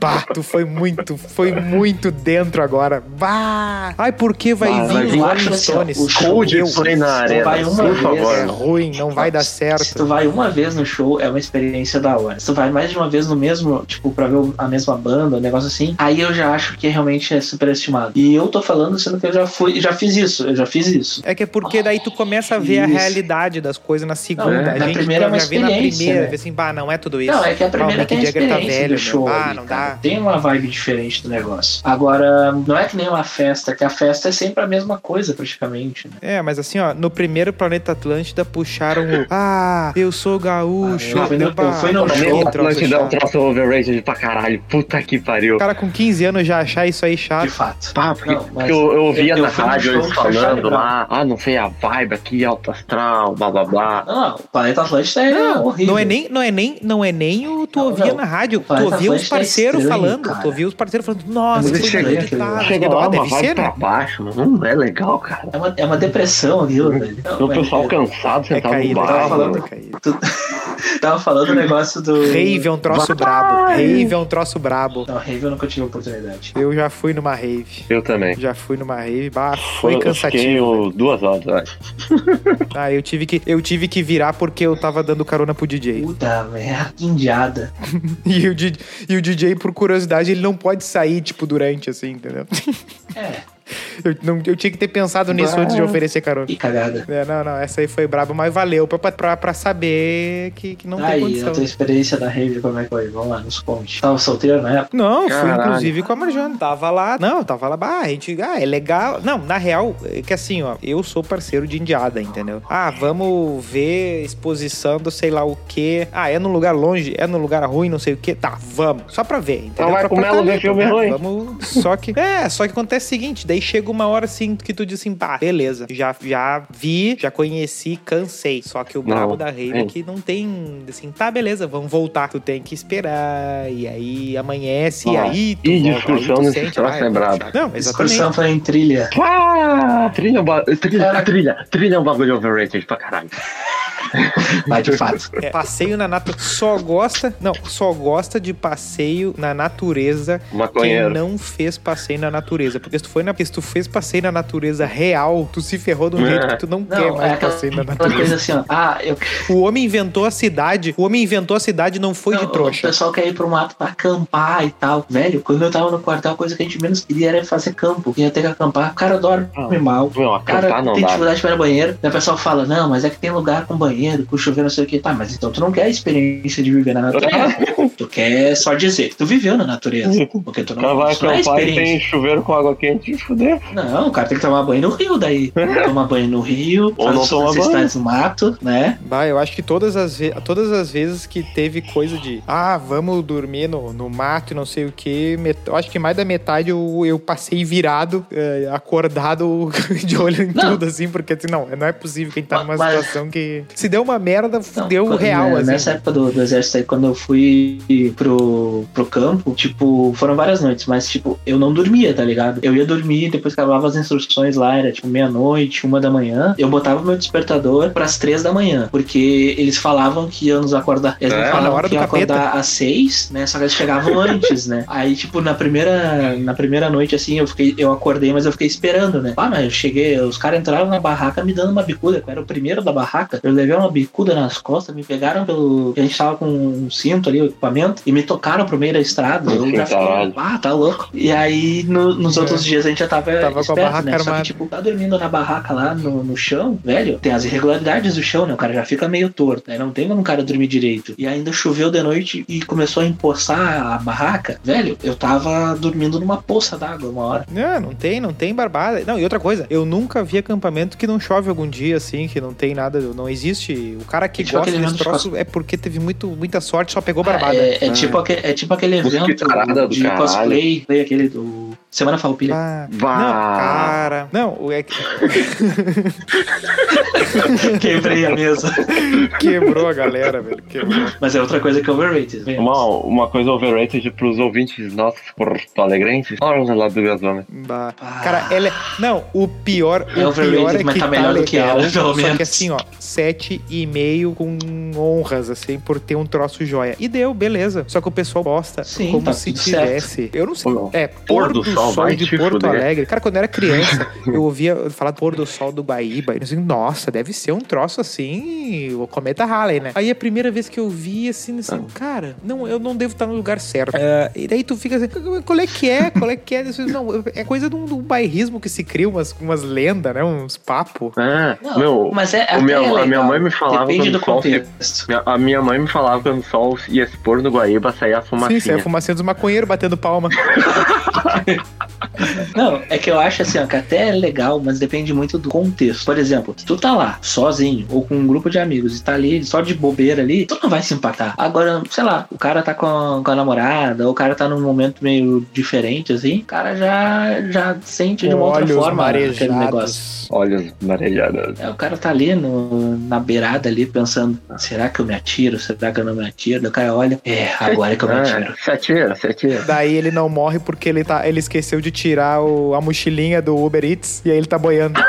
Bah, tu foi muito, foi muito dentro agora. Bah! Ai, por que vai Bah, vir mas eu lá acho no assim, ó, Stones? o show né? Cold Meu, play na arena, vai uma por vez. É favor. ruim, não vai dar Se tu certo. vai uma vez no show, é uma experiência da hora. Se tu vai mais de uma vez no mesmo, tipo, pra ver a mesma banda, um negócio assim, aí eu já acho que realmente é superestimado. E eu tô falando sendo que eu já fui, já fiz isso, eu já fiz isso. É que é porque daí tu começa a ver a Isso. realidade das coisas na segunda. Não, a na gente primeira é uma já vê na experiência, primeira, né? vê assim, bah, não é tudo isso. Não, é que a Bah, o primeira Mick tem a Jagger tá experiência velho, do show. meu. Ah, ali, não cara. dá. Tem uma vibe diferente do negócio. Agora, não é que nem uma festa, que a festa é sempre a mesma coisa, praticamente. Né? É, mas assim, ó, no primeiro Planeta Atlântida puxaram o. Ah, eu sou gaúcho. Ah, eu fui no- deu pra- eu fui no pra- show, que Planeta troço Atlântida é um chato. troço overrated pra caralho. Puta que pariu. O cara com 15 anos já achar isso aí De chato. fato. Pá, porque, Não, mas porque eu, eu ouvia eu- eu na fui no rádio show eles do Charlie falando Brown. lá, ah, não sei, a vibe aqui, alto astral, blá blá blá. Não, não, o Planeta Atlântida é Não, horrível. não é nem, não é nem, não é nem o tu Não, ouvia não. na rádio, O tu Planeta ouvia os Atlântida é parceiros estranho, falando, cara. tu ouvia os parceiros falando, nossa, Mas que chega- inacreditável, Chega lá, que dó, uma Ah, deve vibe ser, pra né? baixo, mas não é legal, cara. É uma, é uma depressão aquilo, velho. Não, Tem o mas- pessoal cansado É sentado no caída, tava bar. é tá falando- mano. caída, é caída. Tu- Tava falando o negócio do. Rave é um troço brabo. Rave é um troço brabo. Não, Rave eu nunca tive oportunidade. Eu já fui numa rave. Eu também. Já fui numa rave. Bah, foi Eu Fiquei cansativo. uh, duas horas, eu acho. Ah, eu tive que eu tive que virar porque eu tava dando carona pro DJ. Puta merda, que indiada. E o DJ, e o DJ por curiosidade, ele não pode sair tipo durante assim, entendeu? É, Eu, não- eu tinha que ter pensado nisso Bah. antes de oferecer carona. que cagada. É, não, não, essa aí foi braba, mas valeu pra, pra, pra saber que, que não tem Aí, a condição. tua experiência na rave, como é que foi? Vamos lá, nos conte. Tava solteiro né? na época? Não, fui Caralho. inclusive com a Marjana. Tava lá. Não, tava lá. Ah, a gente. Ah, é legal. Não, na real, é que assim, ó. Eu sou parceiro de indiada, entendeu? Ah, vamos ver exposição do sei lá o quê. Ah, é num lugar longe, é num lugar ruim, não sei o quê. Tá, vamos. Só pra ver, entendeu? Então vai Pra- com pra Melo tá ver ali, filme pra- ruim. Vamos. Só que. É, só que acontece o seguinte: daí chega uma hora assim que tu diz assim, pá, beleza. Já, já vi, já conheci, cansei. Só que o Não, brabo da rave é é. que não tem. Assim, tá, beleza, vamos voltar. Tu tem que esperar. E aí amanhece, e Ah, aí tu. e volta, discussão aí tu nesse sente, troço ah, é brabo. Não, exatamente. Excursão foi em trilha. Ah, trilha, é um ba- trilha, trilha, trilha é um bagulho overrated pra caralho. Mas de fato. É, passeio na natureza. Só gosta. Não, só gosta de passeio na natureza quem Maconheiro. não fez passeio na natureza. Porque se tu, foi na, se tu fez passeio na natureza real, tu se ferrou de um jeito que tu não, quer Não, é mais aquela, passeio na aquela natureza. coisa assim, ó. Ah, eu O homem inventou a cidade. O homem inventou a cidade e não foi Não, de O trouxa. pessoal quer ir pro mato pra acampar e tal. Velho, quando eu tava no quartel, a coisa que a gente menos queria era fazer campo. Ia ter que acampar. O cara um dorme Ah. mal. Não, O cara acampar não tem dá. né? dificuldade para banheiro. Daí o pessoal fala, não, mas é que tem lugar com banheiro, com chuveiro, não sei o que. Tá, mas então tu não quer a experiência de viver na natureza. tu quer só dizer que tu viveu na natureza. Porque tu O não, cara Então vai um isso não é acampar e tem experiência. chuveiro com água quente e fuder. Não, o cara tem que tomar banho no rio daí. Toma banho no rio, Ou faz não as toma suas necessidades no mato, né? Bah, eu acho que todas as, ve- todas as vezes que teve coisa de ah, vamos dormir no, no mato e não sei o que, eu acho que mais da metade eu, eu passei virado, eh, acordado de olho em Não. tudo, assim, porque assim, não, não é possível que a gente tá Ma- numa mas- situação que. Se deu uma merda, Não, fudeu o quando- real, né, assim. Nessa época do, do exército aí, quando eu fui pro, pro campo, tipo, foram várias noites, mas, tipo, eu não dormia, tá ligado? Eu ia dormir, depois que acabava as instruções lá, era tipo meia-noite, uma da manhã. Eu botava meu despertador pras três da manhã, porque eles falavam que iam nos acordar. Eles não É, na falavam hora que do iam capeta. acordar às seis, né? Só que eles chegavam antes, né? Aí, tipo, na primeira, na primeira noite, assim, eu, fiquei, eu acordei, mas eu fiquei esperando, né? Ah, mas eu cheguei, os caras entraram na barraca me dando uma bicuda, que eu era o primeiro da barraca. Eu levei uma bicuda nas costas, me pegaram pelo. A gente tava com um cinto ali, o equipamento, e me tocaram pro meio da estrada. Eu já fiquei, Caralho. ah, tá louco. E aí, no- nos É. outros dias, a gente já tava. Tava com a esperto, barraca né? Só armada. que, tipo, tá dormindo na barraca lá no, no chão, velho, tem as irregularidades do chão, né? O cara já fica meio torto, né? Não tem como o cara dormir direito. E ainda choveu de noite e começou a empoçar a barraca. Velho, eu tava dormindo numa poça d'água uma hora. Não, não tem, não tem barbada. Não, e outra coisa, eu nunca vi acampamento que não chove algum dia, assim, que não tem nada, não existe. O cara que Deixa eu gosta Tipo aquele desse evento troço é porque teve muito, muita sorte, só pegou barbada. Ah. É, é tipo, aque- é tipo aquele Nossa, que evento tarada do de caralho. cosplay, né? aquele do Semana Falpilha. Ah, Não, Vá. cara. Não, o- é que Quebrei a mesa. quebrou a galera, velho. Quebrou. Mas é outra coisa que é overrated. velho. Uma, uma coisa overrated pros ouvintes nossos porto-alegrenses. Olha lá do Gasona. Bah. Ah. Cara, ela é. Não, o pior. É o pior é overrated, mas que tá tá melhor do que legal, ela, pelo Só menos. que assim, ó, 7,5 com honras, assim, por ter um troço joia. E deu, beleza. Só que o pessoal gosta Sim, como tá se tudo certo. tivesse. Eu não sei. Pô, É, pôr, do, sol, vai de te Porto fuder. Alegre. Cara, quando eu era criança, eu ouvia falar pôr do sol do Guaíba. E eu dizia, nossa, deve ser um troço assim, o cometa Halley, né? Aí a primeira vez que eu vi, assim, Ah. assim cara, não, eu não devo estar no lugar certo. É, e daí tu fica assim, qual é que é? Qual é que é? Eu disse, não, é coisa de um, de um bairrismo que se cria, umas, umas lendas, né? Uns papos. Ah, Não, meu, mas é, o até meu- é a legal. minha mãe me falava Depende quando do sol se- contexto. Minha- A minha mãe me falava que quando o sol ia se pôr no Guaíba, saía a Sim, é saiu fumacinha. fumacinha dos maconheiros batendo palma. Não, é que eu acho assim, ó, que até é legal, mas depende muito do contexto. Por exemplo, se tu tá lá, sozinho, ou com um grupo de amigos, e tá ali, só de bobeira ali, tu não vai se empatar. Agora, sei lá, o cara tá com a, com a namorada, ou o cara tá num momento meio diferente, assim, o cara já, já sente de uma outra Olhos forma né? aquele negócio. marejados. Olhos marejadas. É, o cara tá ali no- na beirada ali pensando, será que eu me atiro? Será que eu não me atiro? Daí O cara olha, é, agora é que eu me atiro. Ah, se atira, se atira. Daí ele não morre porque ele, tá, ele esqueceu de tirar o- a mochilinha do Uber Eats e aí ele tá boiando.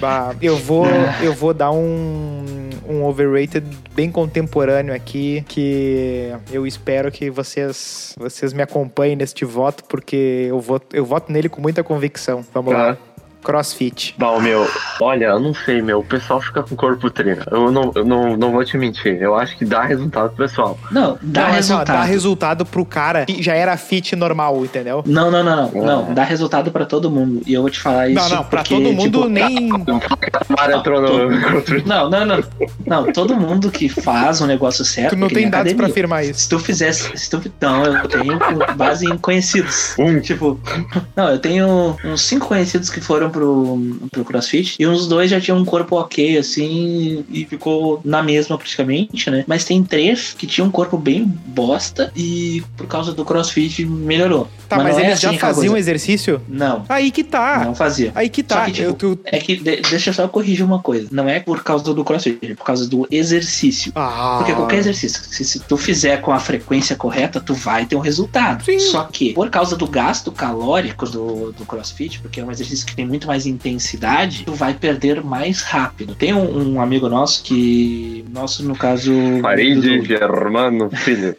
Bah, eu vou, eu vou dar um, um overrated bem contemporâneo aqui, que eu espero que vocês, vocês me acompanhem neste voto, porque eu voto, eu voto nele com muita convicção. Vamos Tá. lá. Crossfit. Bom, meu, olha, eu não sei, meu. O pessoal fica com o corpo treino. Eu não, eu não, não vou te mentir. Eu acho que dá resultado pro pessoal. Não, dá Não, assim, ó, resultado. dá resultado pro cara que já era fit normal, entendeu? Não, não, não, não, não. Dá resultado pra todo mundo. E eu vou te falar É isso. não, não, pra porque, todo mundo tipo, nem. O Mara entrou no. Não, não, não. Não, todo mundo que faz um negócio certo. Tu não é que nem tem dados pra academia. afirmar isso. Se tu fizesse. Se tu, não, eu tenho com base em conhecidos. Um. Tipo, não, eu tenho uns cinco conhecidos que foram pro, pro CrossFit e uns dois já tinham um corpo ok, assim, e ficou na mesma praticamente, né? Mas tem três que tinham um corpo bem bosta e por causa do CrossFit melhorou. Tá, mas, não é eles assim já aquela faziam coisa. exercício? Não, Aí que tá. não fazia. Aí que tá. Só que, tipo, eu, tu... É que, de- deixa eu só corrigir uma coisa. Não é por causa do crossfit, é por causa do exercício. Ah. Porque qualquer exercício, se, se tu fizer com a frequência correta, tu vai ter um resultado. Sim. Só que, por causa do gasto calórico do, do crossfit, porque é um exercício que tem muito mais intensidade, tu vai perder mais rápido. Tem um, um amigo nosso que. Nosso, no caso. Parede, do- Germano, filho.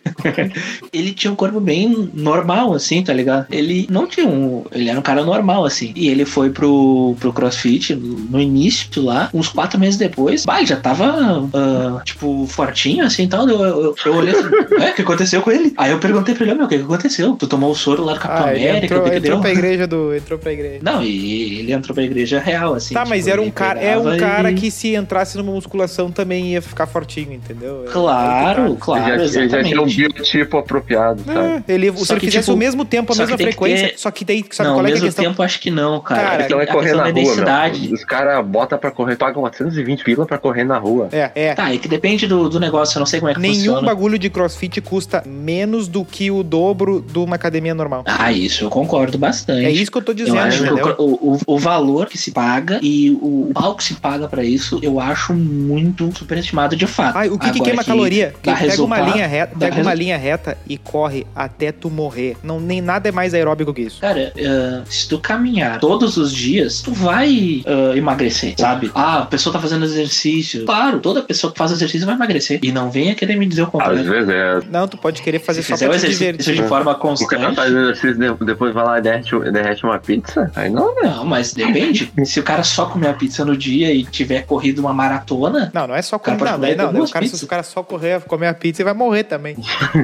ele tinha um corpo bem normal, assim, tá ligado? Ele não tinha um. Ele era um cara normal, assim. E ele foi pro, pro crossfit no início lá, uns quatro meses depois. Bah, ele já tava, ah, tipo, fortinho, assim e tal. Eu, eu, eu olhei assim, é, o que aconteceu com ele? Aí eu perguntei pra ele, meu, o que que aconteceu? Tu tomou o soro lá do Capitão Ah, ele América? o entrou, que que entrou deu? pra igreja do. Entrou pra igreja. Não, e ele entrou pra igreja real, assim. tá, mas tipo, era um ele cara. É pegava um e- cara que se entrasse numa musculação também ia ficar fortinho, entendeu? É, aí Claro, que claro, ele, já, ele já exatamente. tinha um biotipo apropriado, tá. sabe? É, ele, Só se ele que, fizesse tipo, o mesmo tempo, a só mesma que tem que frequência. ter- Só que daí, sabe não, ao qual é que é a mesmo questão? tempo acho que não, cara. Cara, A Então é questão correr na é rua, densidade. meu. Os caras botam pra correr, pagam 420 pila pra correr na rua. É, é. Tá, é que depende do, do negócio, eu não sei como é que Nenhum funciona. bagulho de crossfit custa menos do que o dobro de uma academia normal. Ah, isso eu concordo bastante. É isso que eu tô eu dizendo, acho que entendeu? o, o, o valor que se paga e o, o pau que se paga pra isso, eu acho muito superestimado de fato. Ah, o que, que Agora queima caloria? Que dá pega uma resultado, linha reta, dá pega uma resu- linha reta e corre até tu morrer. Não, nem nada é mais aeróbico que isso. Cara, eh, se tu caminhar todos os dias, tu vai eh, emagrecer, sabe? Ah, a pessoa tá fazendo exercício. Claro, toda pessoa que faz exercício vai emagrecer. E não venha querer me dizer o Às contrário. vezes é. Não, tu pode querer fazer Se só fizer o pra te exercício divertir. de forma O cara constante. faz exercício de- depois vai lá e derrete, derrete uma pizza? Aí não, né? Não, mas depende. Se o cara só comer a pizza no dia e tiver corrido uma maratona, Não, não é só cara comer. pode Não, daí comer não. daí duas o cara, pizzas. se o cara só correr, comer a pizza, ele vai morrer também.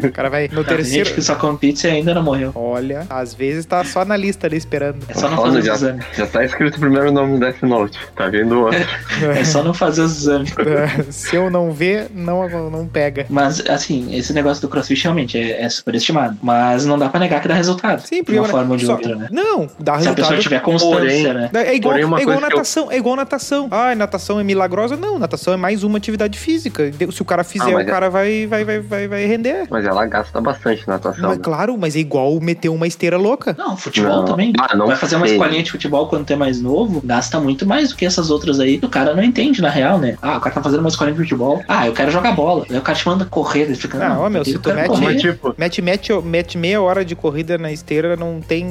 O cara vai no tem gente que terceiro. só come pizza e ainda não morreu. Olha, às vezes tá só na lista ali esperando. É só não Foda fazer os já. exames. Já tá escrito o primeiro nome do Death Note. Tá vindo outro. É só não fazer os exames. Se eu não ver, não, não pega. Mas, assim, esse negócio do crossfit realmente é, é superestimado. Mas não dá pra negar que dá resultado. Sim, de porque uma forma ou de só- outra, né? Não, dá Se a pessoa resultado. tiver constância, Porém- né? É igual, Porém, uma é igual coisa que eu- natação, é igual natação. Ah, natação é milagrosa? Não, natação é mais uma atividade física. De- Se o cara fizer, Ah, o mas é- cara vai, vai, vai, vai, vai render. Mas ela gasta bastante na atuação. Mas, né? claro, mas é igual meter uma esteira louca. Não, futebol Não. também. Ah, não Vai fazer uma sei. escolinha de futebol quando tu é mais novo, gasta muito mais do que essas outras aí. O cara não entende, na real, né? Ah, o cara tá fazendo uma escolinha de futebol. Ah, eu quero jogar bola. Aí o cara te manda correr, ele fica. Ah, ó, meu, eu se quero tu mete- correr. Mas tipo. Mete, mete, mete meia hora de corrida na esteira, não tem.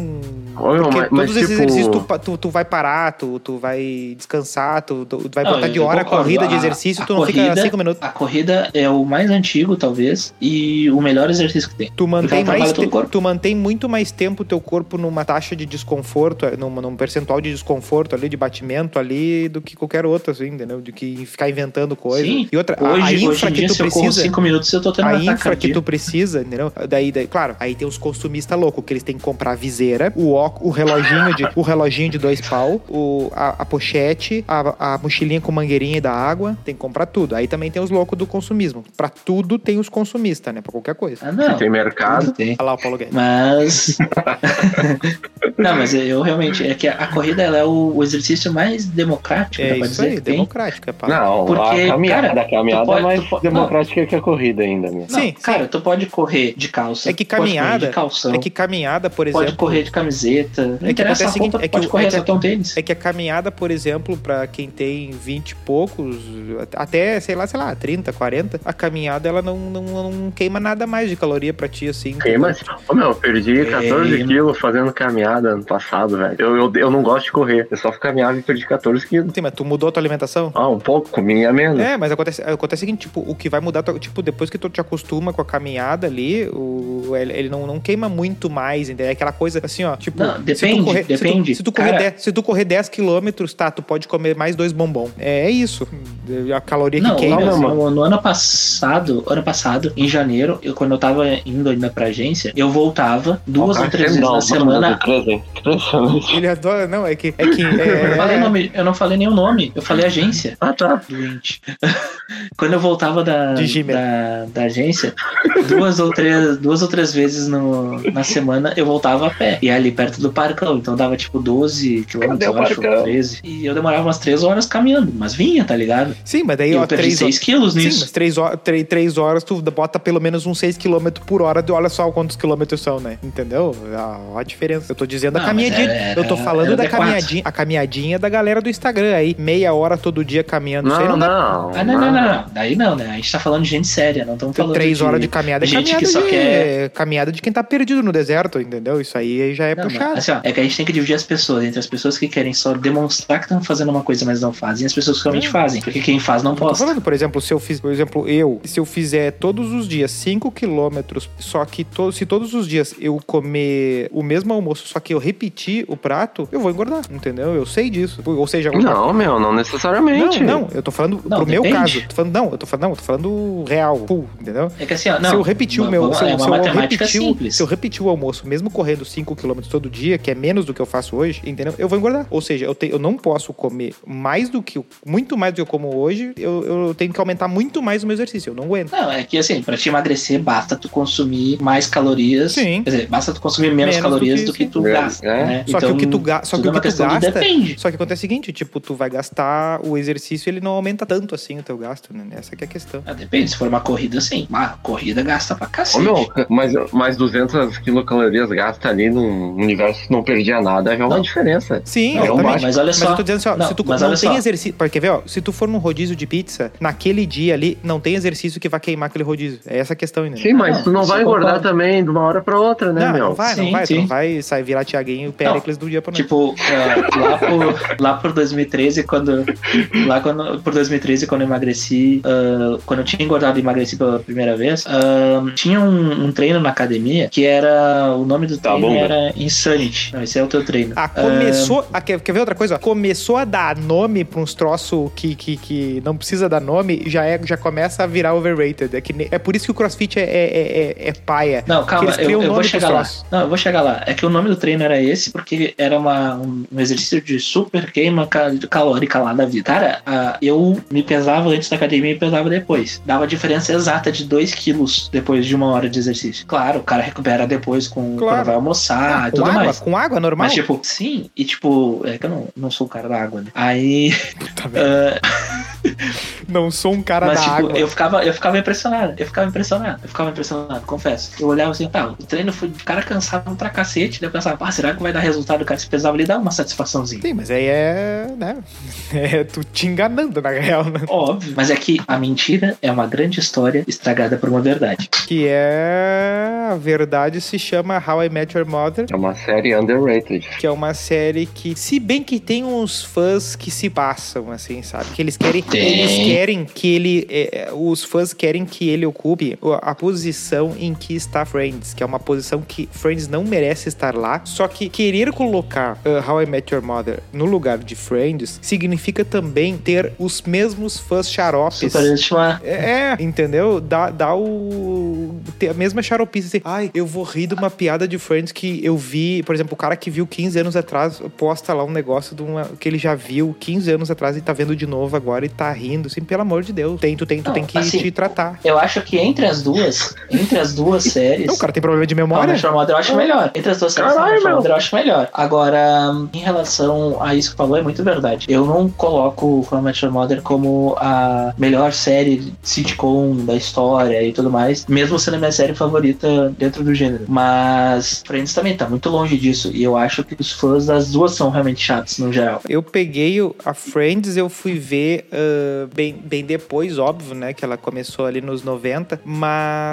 Ô, meu, Porque mas- mas, todos esses tipo- exercícios tu, pa- tu, tu vai parar, tu, tu vai descansar, tu, tu vai Não, botar de eu hora a concordo. corrida de A- exercício, a tu não fica corrida- cinco minutos. A corrida é o mais antigo, talvez, e o melhor exercício que tem. Tu mantém, Porque ela mais trabalha todo te- o corpo. tu mantém muito mais tempo o teu corpo numa taxa de desconforto, eh, num, num percentual de desconforto ali, de batimento ali, do que qualquer outro, assim, entendeu? Do que ficar inventando coisa. Sim. E outra, a- a, Hoje, hoje infra em que dia, tu se eu corro precisa. 5 minutos, eu tô tendo um A ataque infra que cardíaco. tu precisa, entendeu? Daí, daí, claro, aí tem os consumistas loucos, que eles têm que comprar a viseira, o, óculos, o reloginho de o reloginho de dois pau, o, a, a pochete, a, a mochilinha com mangueirinha da água, tem que comprar tudo. Aí também tem os loucos do consumismo. Pra tudo tem os consumistas, né? Pra qualquer coisa. Ah, não. Tem mercado. tudo tem. Olha lá o Paulo Guedes. Mas. não, mas eu realmente. É que a corrida ela é o, o exercício mais democrático, dá É pra isso dizer aí, que tem. democrático, é pá. Não, Porque, a caminhada, cara, a caminhada tu pode- é mais tu pode- democrática que a corrida ainda, né? meu. Não, Sim, cara, tu pode correr de calça. É que pode correr caminhada- de calção, É que caminhada, por pode exemplo. correr de camiseta. Não que acontece interessa a o seguinte, roupa, é que pode o- correr é que- só com tênis. É que a caminhada, por exemplo, pra quem tem 20 e poucos, até, sei lá, sei lá, 30, 40, a caminhada ela não, não, não queima nada mais de caloria pra ti, assim. Queima. Ô, meu, eu perdi perdi 14 quilos fazendo caminhada ano passado, velho. Eu, eu, eu não gosto de correr. Eu só caminhava e perdi 14 quilos. Sim, mas tu mudou a tua alimentação? Ah, um pouco, comia menos. Hum. É, mas acontece, acontece o seguinte, tipo, o que vai mudar, tu- tipo, depois que tu te acostuma com a caminhada ali, o, ele, ele não, não queima muito mais, entendeu? É aquela coisa assim, ó, tipo... Não, se depende, tu correr, se tu- depende. Se tu, correr Cara- 10, se tu correr 10 quilômetros, tá, tu pode comer mais dois bombom. É isso. A caloria que Não, queima. não, assim. mano. no, no ano passado, ano passado, em janeiro, eu, quando eu tava indo ainda pra agência, eu voltava duas Ah, ou três vezes na semana. Impressionante. Ele adora, não, é que... É que é, Eu não, falei nome, eu não falei nem o nome, eu falei agência. Ah, tá. doente. Quando eu voltava da, De Gmail. da, da agência, duas ou três, duas ou três vezes no, na semana eu voltava a pé. E ali perto do parcão, então dava tipo 12 quilômetros, Cadê o eu acho, Parcão? 13. E eu demorava umas três horas caminhando, mas vinha, tá ligado? Sim, mas E daí, ó, eu perdi três... 6 quilos Sim, nisso. mas 3 horas, três três horas tu bota pelo menos uns 6 km por hora, tu olha só quantos quilômetros são, né? Entendeu? A, a diferença. Eu tô dizendo a Não, caminhadinha. mas era- eu tô falando era da adequado. caminhadinha. A caminhadinha da galera do Instagram aí. Meia hora todo dia caminhando. isso aí Não, não dá. não. Ah, não, não, não, não. Daí não, né? A gente tá falando de gente séria, não estamos falando. 3 horas de caminhada é gente caminhada, que só de, quer- caminhada de quem tá perdido no deserto, entendeu? Isso aí aí já é Não, mas, puxado. assim, ó, é que a gente tem que dividir as pessoas entre as pessoas que querem só demonstrar que estão fazendo uma coisa, mas não fazem, e as pessoas que realmente fazem. Porque quem faz não Tô posta. falando, por exemplo, se eu fiz, por exemplo, eu, se eu fizer todos os dias 5 quilômetros, só que to- se todos os dias eu comer o mesmo almoço, só que eu repetir o prato, eu vou engordar, entendeu? Eu sei disso. Ou seja, Não, meu, não necessariamente. Não, não, eu tô falando Não, pro meu depende. caso. Tô falando, não, eu tô falando, não, eu tô falando real, full, entendeu? É que assim, ó, não, se eu repetir o v- meu. vamos Se lá, eu, é uma se eu matemática repetir, o- simples. se eu repetir o almoço, mesmo correndo 5km todo dia, que é menos do que eu faço hoje, entendeu? Eu vou engordar. Ou seja, eu, te- eu não posso comer mais do que. eu- Muito mais do que eu como hoje, eu, eu tenho que aumentar muito mais o meu exercício. Eu não aguento. Não, é que assim, pra te emagrecer, basta tu consumir mais calorias. Sim. Quer dizer, basta tu consumir menos, Menos do calorias que do que, isso. tu É, gasta. é. Né? Só que o que tu, ga só tudo que é o uma que tu questão de gasta. depende. Só que acontece o seguinte: tipo, tu vai gastar o exercício, ele não aumenta tanto assim o teu gasto, né? Essa que é a questão. Ah, depende, se for uma corrida, sim. Mas corrida gasta pra Ô, cacete. meu, mas, mas 200 quilocalorias gasta ali num universo que não perdia nada é uma Não. diferença. Não, Sim, Não, é um exatamente. baixo. mas olha Mas eu só. tô dizendo assim, ó, Não, se tu mas não olha tem só. exercício. Porque, vê, ó, se tu for num rodízio de pizza, naquele dia ali, não tem exercício que vai queimar aquele rodízio. É essa a questão ainda. Sim, mas tu não isso vai eu engordar concordo. também de uma hora pra outra, né, não, meu? não vai, não Sim, vai. Tu sim. não vai sair virar Tiaguinho e Pericles do dia pra noite. Tipo, ah, lá, por, lá por 2013, quando. Lá quando, por 2013, quando eu emagreci. ah, quando eu tinha engordado e emagreci pela primeira vez, ah, tinha um, um treino na academia que era. O nome do Tá treino bom, né? era Insanity. Não, esse é o teu treino. Ah, é. começou. Ah, quer, quer ver outra coisa? Começou a dar nome pra uns troços que, que, que não precisa dar nome, já, é, já começa a virar overrated. É, que, ne- é por isso que o crossfit é, é, é, é paia. Não, calma, eles criam eu, eu nome vou pros chegar lá. troços. Não, eu vou chegar lá. É que o nome do treino era esse, porque era uma, um um exercício de super queima ca- calórica lá da vida. Cara, ah, eu me pesava antes da academia e pesava depois. Dava a diferença exata de 2 quilos depois de uma hora de exercício. Claro, o cara recupera depois com Claro. Ah, quando vai almoçar e com É tudo água? mais. Com água normal? Mas, tipo, sim, e tipo, é que eu não, não sou o cara da água, né? Aí. Puta merda. ah, Tá não sou um cara mas, da tipo, água. eu ficava, eu ficava impressionado, eu ficava impressionado, eu ficava impressionado, confesso. Eu olhava assim, tá, o treino foi, o cara cansava pra cacete, daí eu pensava, pá, será que vai dar resultado? O cara se pesava ali, dá uma satisfaçãozinha. Sim, mas aí é. né? É tu te enganando, na real, né? Óbvio. Mas é que a mentira é uma grande história estragada por uma verdade. Que é. A verdade se chama How I Met Your Mother, É uma série underrated. que é uma série que, se bem que tem uns fãs que se passam, assim, sabe? Que eles querem. Tem. Eles querem que ele. é, é, os fãs querem que ele ocupe a posição em que está Friends, que é uma posição que Friends não merece estar lá. Só que querer colocar uh, How I Met Your Mother no lugar de Friends significa também ter os mesmos fãs xaropes. Superestimar. É, entendeu? Dá, dá o. Tem a mesma xaropice assim. Ai, eu vou rir de uma piada de Friends que eu vi. Por exemplo, o cara que viu 15 anos atrás posta lá um negócio de uma, que ele já viu 15 anos atrás e tá vendo de novo agora e tá rindo. Assim, pelo amor de Deus. Tem, tu tem, tu Não, tem que assim, te tratar. Eu acho que entre as duas, entre as duas séries. Não, o cara tem problema de memória. Olha, Mother eu acho melhor. Entre as duas séries, How Caralho, I Met Your meu. Mother eu acho melhor. Agora, em relação a isso que falou, é muito verdade. Eu não coloco How I Met Your Mother como a melhor série sitcom da história e tudo mais, mesmo sendo a minha série favorita dentro do gênero. Mas Friends também tá muito longe disso. E eu acho que os fãs das duas são realmente chatos, no geral. Eu peguei o- a Friends, eu fui ver uh, bem, bem depois, óbvio, né? Que ela começou ali nos 90.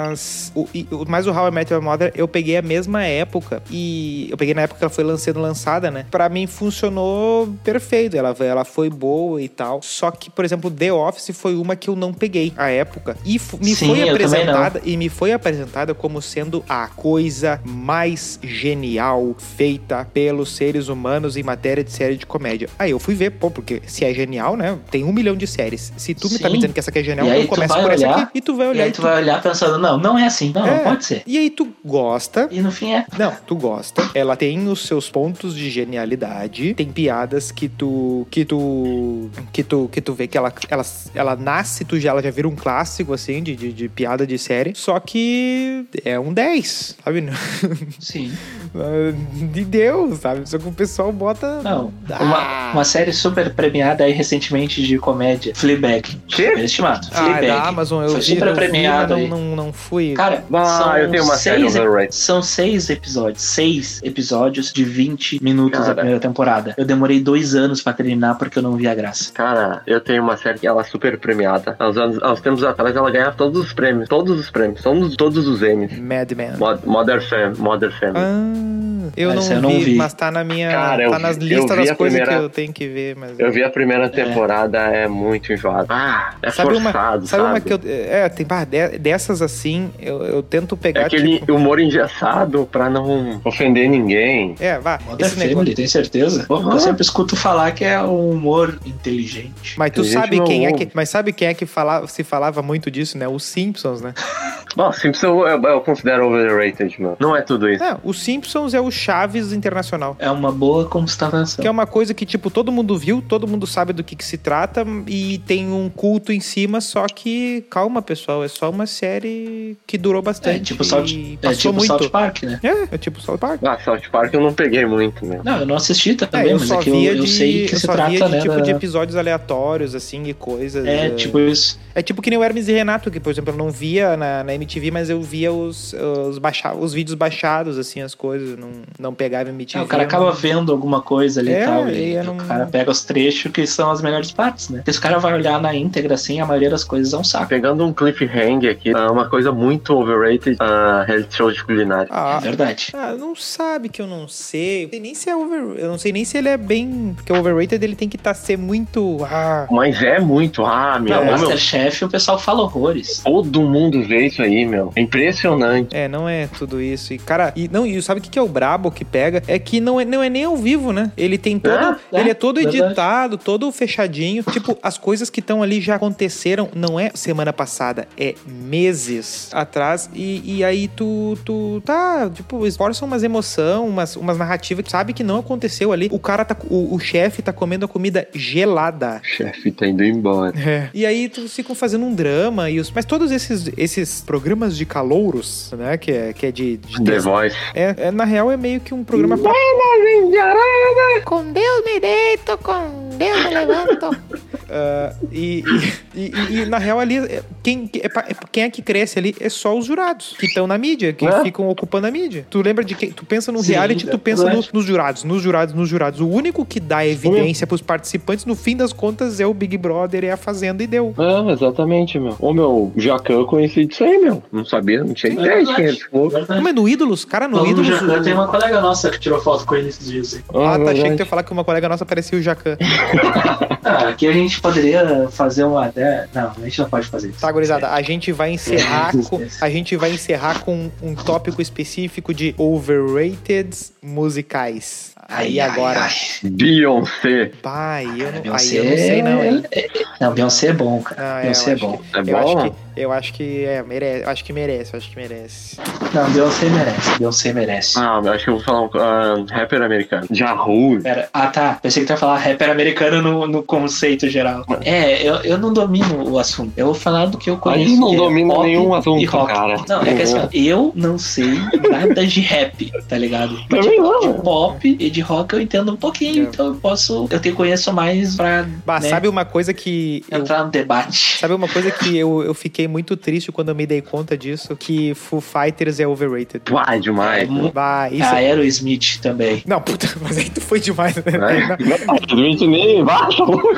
Mas o, e- o- mas o How I Met Your Mother eu peguei a mesma época. E eu peguei na época que ela foi lan- sendo lançada, né? Pra mim funcionou perfeito. Ela, ela foi boa e tal. Só que, por exemplo, The Office foi uma que eu não peguei à época. E fu- me Sim, foi eu também não. apresentada apresentada- e me foi apresentada como sendo a coisa mais genial feita pelos seres humanos em matéria de série de comédia. Aí eu fui ver, pô, porque se é genial, né? Tem um milhão de séries. Se tu me tá Sim. me dizendo que essa aqui é genial, E aí eu tu começo vai por essa olhar, aqui e tu vai E olhar aí e tu vai olhar pensando, não, não é assim, não, É. não pode ser. E aí tu gosta, E no fim é. não, tu gosta. Ela tem os seus pontos de genialidade. Tem piadas que tu que tu que tu que tu vê que ela ela, ela nasce, tu já ela já vira um clássico assim de, de, de piada de série. Só que é um 10, sabe? Sim. De Deus, sabe? Só que o pessoal bota Não. Ah. Uma, uma série super premiada aí recentemente de comédia, Fleabag. Quê? Superestimado. Ah, é Fleabag. da Amazon, eu Foi vi, super eu vi, assim, mas premiado não, aí. não, não fui. Cara, Ah, são, eu tenho uma série seis, ep- overrated. são seis episódios. Seis episódios de 20 minutos Cara. da primeira temporada. Eu demorei dois anos pra terminar porque eu não vi a graça. Cara, eu tenho uma série que ela é super premiada. Aos, anos, aos tempos atrás ela ganhava todos os prêmios, todos os prêmios, todos, todos os M's. Mad Men. Mod, Modern Family, Modern Family. Ah, eu Essa não, eu não vi, vi. mas tá na minha. Cara, eu tá vi- nas eu listas vi das a coisas que primeira- eu tenho que ver, mas. Eu vi a primeira temporada, é, muito enjoado. Ah, é sabe uma, forçado, sabe, uma que eu. É, tem pá, de- dessas assim, eu, eu tento É pegar. aquele tipo, humor engessado pra não ofender ninguém. é, vá. Modern Esse Family, negócio. tem certeza? Pô, Aham. Eu sempre escuto falar que é um humor inteligente. Mas tu Tem gente sabe que quem não é que. ouve. Mas sabe quem é que falava, se falava muito disso, né? Os Simpsons, né? Bom, Simpson eu, eu considero overrated, mano. Não é tudo isso. Não, os Simpsons é o Chaves Internacional. É uma boa constatação. Que é uma coisa que, tipo, todo mundo viu, todo mundo sabe do que, que se trata e tem um culto em cima, só que, calma, pessoal, é só uma série que durou bastante. É tipo South, e é, passou tipo muito. South Park, né? É, é tipo South Park. Ah, South Park eu não peguei muito, né? Não, eu não assisti É, também, eu mas só é que eu, via eu de, sei que eu se só trata, via de, né? tipo da- de episódios aleatórios assim e coisas. É, eh, tipo isso. é tipo que nem o Hermes e Renato, que por exemplo eu não via na, na MTV, mas eu via os os, baixa, os vídeos baixados assim as coisas, eu não não pegava MTV. É, o cara eu acaba vendo alguma coisa ali um- É, e tal. e E eu o não- cara pega os trechos que são as melhores partes, né? Porque se o cara vai olhar na íntegra, assim, a maioria das coisas é um saco. Pegando um cliffhanger aqui, ah, uma coisa muito overrated, ah, reality show de culinária. É Ah, verdade. Ah, não sabe que eu não sei. Eu, sei nem se é over... eu não sei nem se ele é bem. Porque o overrated ele tem que tá, ser muito. Ah, Mas é muito, ah, meu, Não, ô, meu, Masterchef, o pessoal fala horrores. todo mundo vê isso aí, meu. É impressionante. é, não é tudo isso. E, cara, e, não, e sabe o que, que é o brabo que pega? É que não é, não é nem ao vivo, né? Ele tem todo. É, ele é é, todo verdade. editado, todo fechadinho. Tipo, as coisas que estão ali já aconteceram. Não é semana passada, é meses atrás. E, e aí tu, tu. Tá, tipo, esforça umas emoção, umas, umas narrativas. Tu sabe que não aconteceu ali. O cara tá. O, o chefe tá comendo a comida gelada. O chefe tá indo embora. E aí tu ficam fazendo um drama e os... Mas todos esses, esses programas de calouros, né? Que é, que é de... de The texto, Voice. é, é, na real é meio que um programa... pra- Com Deus me deito, com Deus me levanto. ah, e, e, e- e, na real ali, é- quem, é pa- é- quem é que cresce ali é só os jurados que estão na mídia, que Né? ficam ocupando a mídia. Tu lembra de quem? Tu pensa no Sim, é reality, tu pensa verdade. no- nos jurados, nos jurados, nos jurados. O único que dá evidência pros participantes, no fim das contas, é o Big Brother, é a Fazenda e deu. Ah, exatamente, meu. Ô, meu, Jacan eu conheci disso aí, meu. Não sabia, não tinha ideia de quem era esse É louco. verdade. Mas no Ídolos, cara, no Falando do Ídolos... Jacan, o- tem uma colega nossa que tirou foto com ele esses dias. assim. aí. Ah, tá, achei verdade. que tu ia falar que uma colega nossa parecia o Jacan. Ah, aqui a gente poderia fazer uma. né? Não, a gente não pode fazer isso. Tá, gurizada, a gente vai encerrar É. com, a gente vai encerrar com um tópico específico de overrated musicais. Aí Ai, agora, ai, Beyoncé. pai, eu ai. não, aí Beyoncé eu não sei não, hein? é- é- Não, Beyoncé é bom, Ah, cara. é, Beyoncé eu é acho bom. É Eu acho, bom? que, eu acho que é, merece, eu acho que merece, eu acho que merece. Não, Beyoncé merece. Beyoncé merece. Ah, eu acho que eu vou falar um ah, rapper americano. Jahu. Pera, ah tá, pensei que tu ia falar rapper americano no, no conceito geral. É, eu, eu não domino o assunto. Eu vou falar do que eu A conheço. gente não que é domina pop nenhum e assunto, rock. cara. Uhum. Não, é que assim, ó, eu não sei nada de rap, tá ligado? Também De não. pop e de rock eu entendo um pouquinho, É. então eu posso. Eu te conheço mais pra Bah, Né? É sabe uma coisa que eu- entrar no debate. Sabe uma coisa que eu, eu fiquei muito triste quando eu me dei conta disso? Que Foo Fighters é overrated. Uai, É demais. Mu- Bah, isso... A Aerosmith também. Não, puta, mas aí tu foi demais, né? Né? Não, simplesmente nem baixa, louco.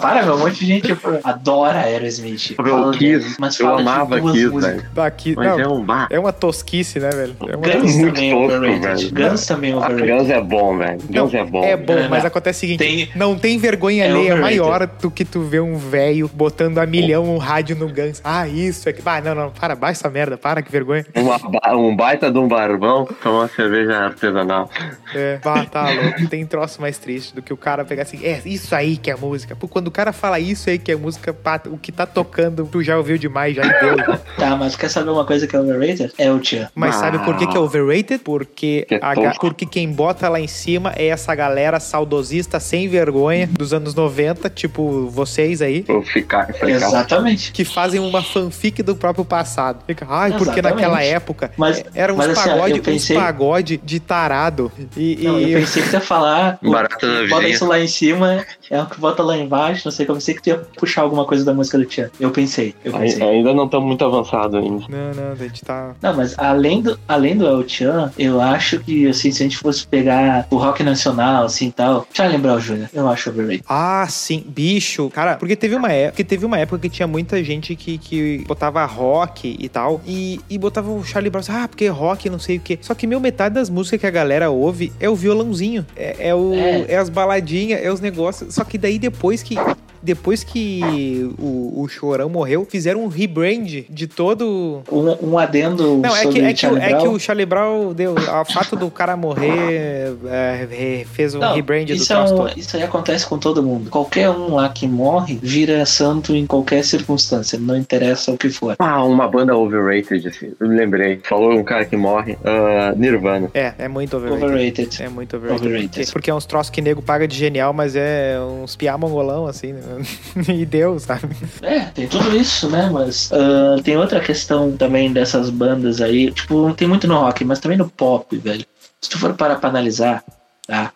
Para, meu, um monte de gente adora Aerosmith. Meu, Fala Kiss, dela, mas Eu fala de amava duas Kiss, músicas. velho. Daqui, Mas tá não, é um bar. é uma tosquice, né, velho? É uma Guns muito também é tosco, overrated. velho. Guns também é Ah, overrated. Guns é bom, velho. Não, Guns é bom. É bom, Não, não. mas acontece o seguinte: Tem- não tem vergonha É alheia overrated. maior do que tu ver um velho botando a milhão um rádio no Guns. Ah, isso é que. Ah, não, não, para, baixa essa merda, para, que vergonha. Uma ba- um baita de um barbão tomar cerveja artesanal. É, bah, tá louco. Tem troço mais triste do que o cara pegar assim, é isso aí que é música. Pô, quando o cara fala isso aí que é música, pá, o que tá tocando, tu já ouviu demais, já deu. Tá, mas quer saber uma coisa que é overrated? É o Tchan. Mas sabe por que, que é overrated? Porque, Que é a ga- tosco. porque quem bota lá em cima é essa galera saudosista, sem vergonha, dos anos 90, tipo vocês aí. Vou ficar. ficar- Exatamente. que fazem uma fanfic do próprio passado. Fica, ai, porque Exatamente. naquela época Mas- era uns mas assim, ó, pagode, eu pensei- uns pagode de tarado. E, Não, e- eu pensei que tu ia falar. o- Barata da Bota vizinha. isso lá em cima, é o que bota lá embaixo, não sei como. Eu pensei que tu ia puxar alguma coisa da música do Tchan. Eu pensei, eu Ai- pensei. Ainda não estamos muito avançados ainda. Não, não, a gente tá. Não, mas além do, além do El Chan, eu acho que, assim, se a gente fosse pegar o rock nacional, assim e tal. Deixa eu lembrar o Júnior, eu acho overrated. Ah, sim, bicho. Cara, porque teve uma época, porque teve uma época que tinha muita gente que, que botava rock e tal, e, e botava o Charlie Brown, ah, porque rock, não sei o quê. Só que meu metade das músicas que a galera ouve é o violãozinho, é, é o, É. é as baladinhas, é os negócios. Só que daí depois que depois que o, o Chorão morreu, fizeram um rebrand de todo. Um, um adendo Não, é sobre que, é, que, o- Charlie é que Brown. o Charlie Brown deu. O fato do cara morrer é, re- fez um Não, rebrand do isso, é troço um- todo. isso aí acontece com todo mundo. Qualquer um lá que morre vira santo em qualquer circunstância, não interessa o que for. Ah, uma banda overrated, assim. Eu lembrei. Falou um cara que morre. Ah, Nirvana. É, é muito overrated. Overrated. É muito overrated. Overrated. Porque, porque é uns troços que nego paga de genial, mas é uns piá mongolão, assim. né? e deu, sabe? É, tem tudo isso, né? Mas ah, tem outra questão também dessas bandas aí. Tipo, tem muito no rock, mas também no pop, velho. Se tu for parar pra analisar, tá?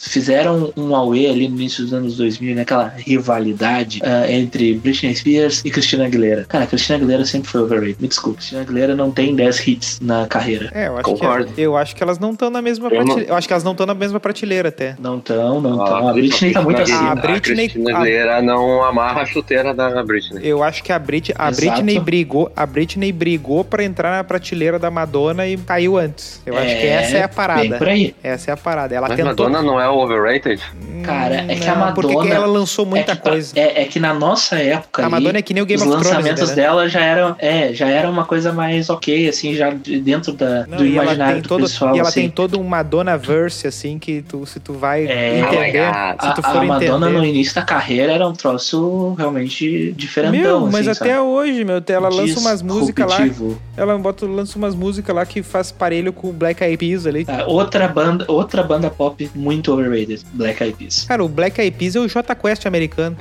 Fizeram um Aue ali no início dos anos 2000, naquela rivalidade ah, entre Britney Spears e Christina Aguilera. Cara, Christina Aguilera sempre foi overrated. Me desculpa, Christina Aguilera não tem 10 hits na carreira. É, eu acho Concordo. que eu acho que elas não estão na mesma Eu não- prateleira. Eu acho que elas não estão na mesma prateleira até. Não tão, não Ah, tão. A Britney tá muito Aguilera- acima. A Britney- tá- A Cristina a- Aguilera não amarra a chuteira da Britney. Eu acho que a, Brit, a Exato. Britney brigou, a Britney brigou para entrar na prateleira da Madonna e caiu antes. Eu acho É, que essa é a Bem por parada. aí. Essa é a parada. Ela Mas tentou. Madonna não é overrated? Hum, Cara, é que a não, Porque Madonna- ela lançou muita é que, pra- coisa. É, é que na nossa época. A ali, Madonna é que nem o Game os of Thrones, lançamentos né? dela já eram, é, já era uma coisa mais ok, assim, já de- dentro da, Não, do e ela imaginário tem do todo, pessoal. e ela assim. tem todo um Madonna verse assim que tu, se tu vai É. entender, Oh my God. se tu a, for a Madonna é entender. no início da carreira era um troço realmente diferentão. Meu, mas assim, até sabe? hoje, meu, ela lança umas músicas lá, Disruptivo. ela bota, lança umas músicas lá que faz parelho com o Black Eyed Peas ali. Ah, Outra banda, outra banda pop muito overrated, Black Eyed Peas. Cara, o Black Eyed Peas é o J Quest americano.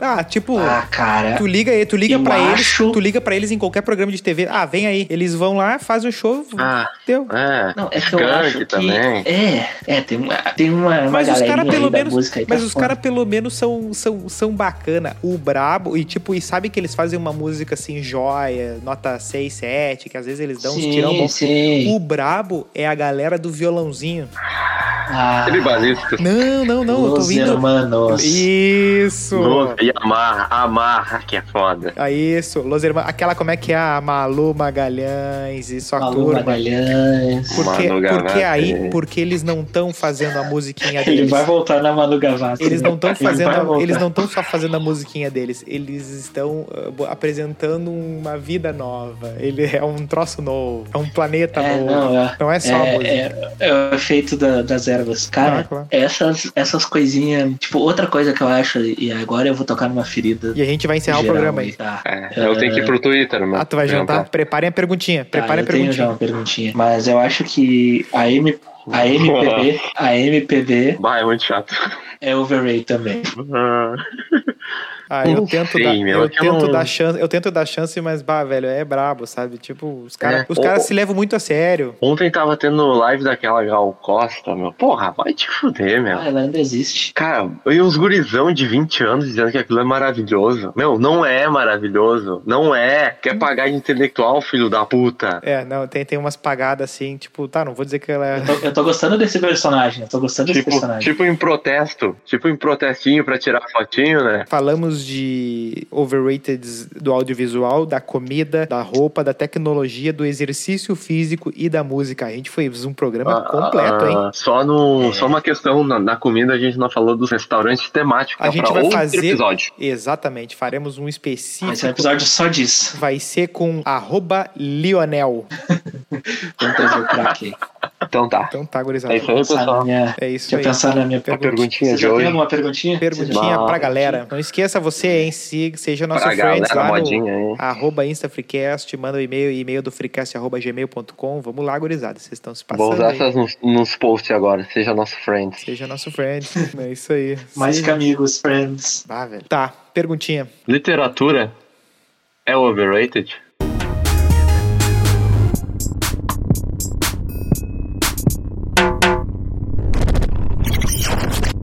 ah, tipo, Ah, cara. tu liga, tu liga eu para eles, acho- tu liga para eles em qualquer programa de TV. Ah, vem aí, eles vão lá, fazem o show, Ah, deu. é. Não, é que eu Skank acho que também. é, é tem uma, tem uma, uma Mas os cara, galerinha pelo aí da menos- música aí Mas tá os foda. caras, pelo menos, são, são, são bacana. O brabo, e tipo, e sabe que eles fazem uma música assim, joia, nota 6, 7, que às vezes eles dão uns tirão bom. sim. O brabo é a galera do violãozinho. Ah, Tribalista. Não, não, não, eu tô Los vindo. Hermanos. Isso! Nossa, E amarra, amarra, que é foda. Ah, isso, Los Hermanos. Aquela, como é que é? A Malu Magalhães e sua Malu turma. Magalhães. Porque, Manu porque aí, Gavassi. porque eles não estão fazendo a musiquinha deles. Ele vai voltar na Manu Gavassi. Eles não estão Ele vai fazendo, voltar. eles não estão só fazendo a musiquinha deles, eles estão uh, bo- apresentando uma vida nova. Ele é um troço novo, é um planeta É, novo. Não, não, é, é só a música. é, é, é o efeito da- das ervas. Cara, Ah, claro. essas, essas coisinhas. Tipo, outra coisa que eu acho, e agora eu vou tocar numa ferida. E a gente vai encerrar o geral um programa aí. Tá. É, eu tenho que ir pro Twitter, mano. um Ah, tu vai jantar? Preparem a perguntinha, Tá, preparem eu a tenho já perguntinha. uma perguntinha. Mas eu acho que a, M, a MPB, a MPB Bah, é muito chato. é overrated também. Ah, eu Não tento, sei, dar, meu, eu eu tento um- não- dar chance, eu tento dar chance, mas bah, velho, é brabo, sabe? Tipo, os caras, É. os caras Ou- se levam muito a sério. Ontem tava tendo live daquela Gal Costa, meu. Porra, vai te fuder, meu. Ah, ela ainda existe. Cara, e uns gurizão de 20 anos dizendo que aquilo é maravilhoso. Meu, não é maravilhoso. Não é. Hum. Quer pagar de intelectual, filho da puta. É, não, tem, tem umas pagadas assim, tipo, tá, não vou dizer que ela é Eu tô, eu tô gostando desse personagem, eu tô gostando desse Tipo, personagem. tipo em protesto. Tipo em protestinho pra tirar fotinho, né? Falamos de overrateds do audiovisual, da comida, da roupa, da tecnologia, do exercício físico e da música. A gente fez um programa Ah, completo, ah, hein? É. Só, no, só uma questão, na, na comida a gente não falou dos restaurantes temáticos. A tá? gente pra vai outro fazer- episódio. Exatamente, faremos Mas é um um específico. episódio só disso. Vai ser com arroba Lionel. Vamos trazer o craque. aí. Então tá. Então tá, É gurizada. isso aí, Pensar na pessoal. minha- É isso Deixa eu aí. pensar na minha A pergunta. perguntinha Você de já tem hoje. alguma perguntinha? Perguntinha Bah. pra galera. Não esqueça você, hein? Siga, seja nosso Pra friend galera lá no modinha, hein? arroba InstaFreecast, manda o e-mail, e-mail do freecast arroba gmail.com. Vamos lá, gurizada. Vocês estão se Vou passando usar aí. essas nos, nos posts agora. Seja nosso friend. Seja nosso friend. É isso aí. Mais Sim. que amigos, friends. Ah, velho. Tá, perguntinha. Literatura é overrated?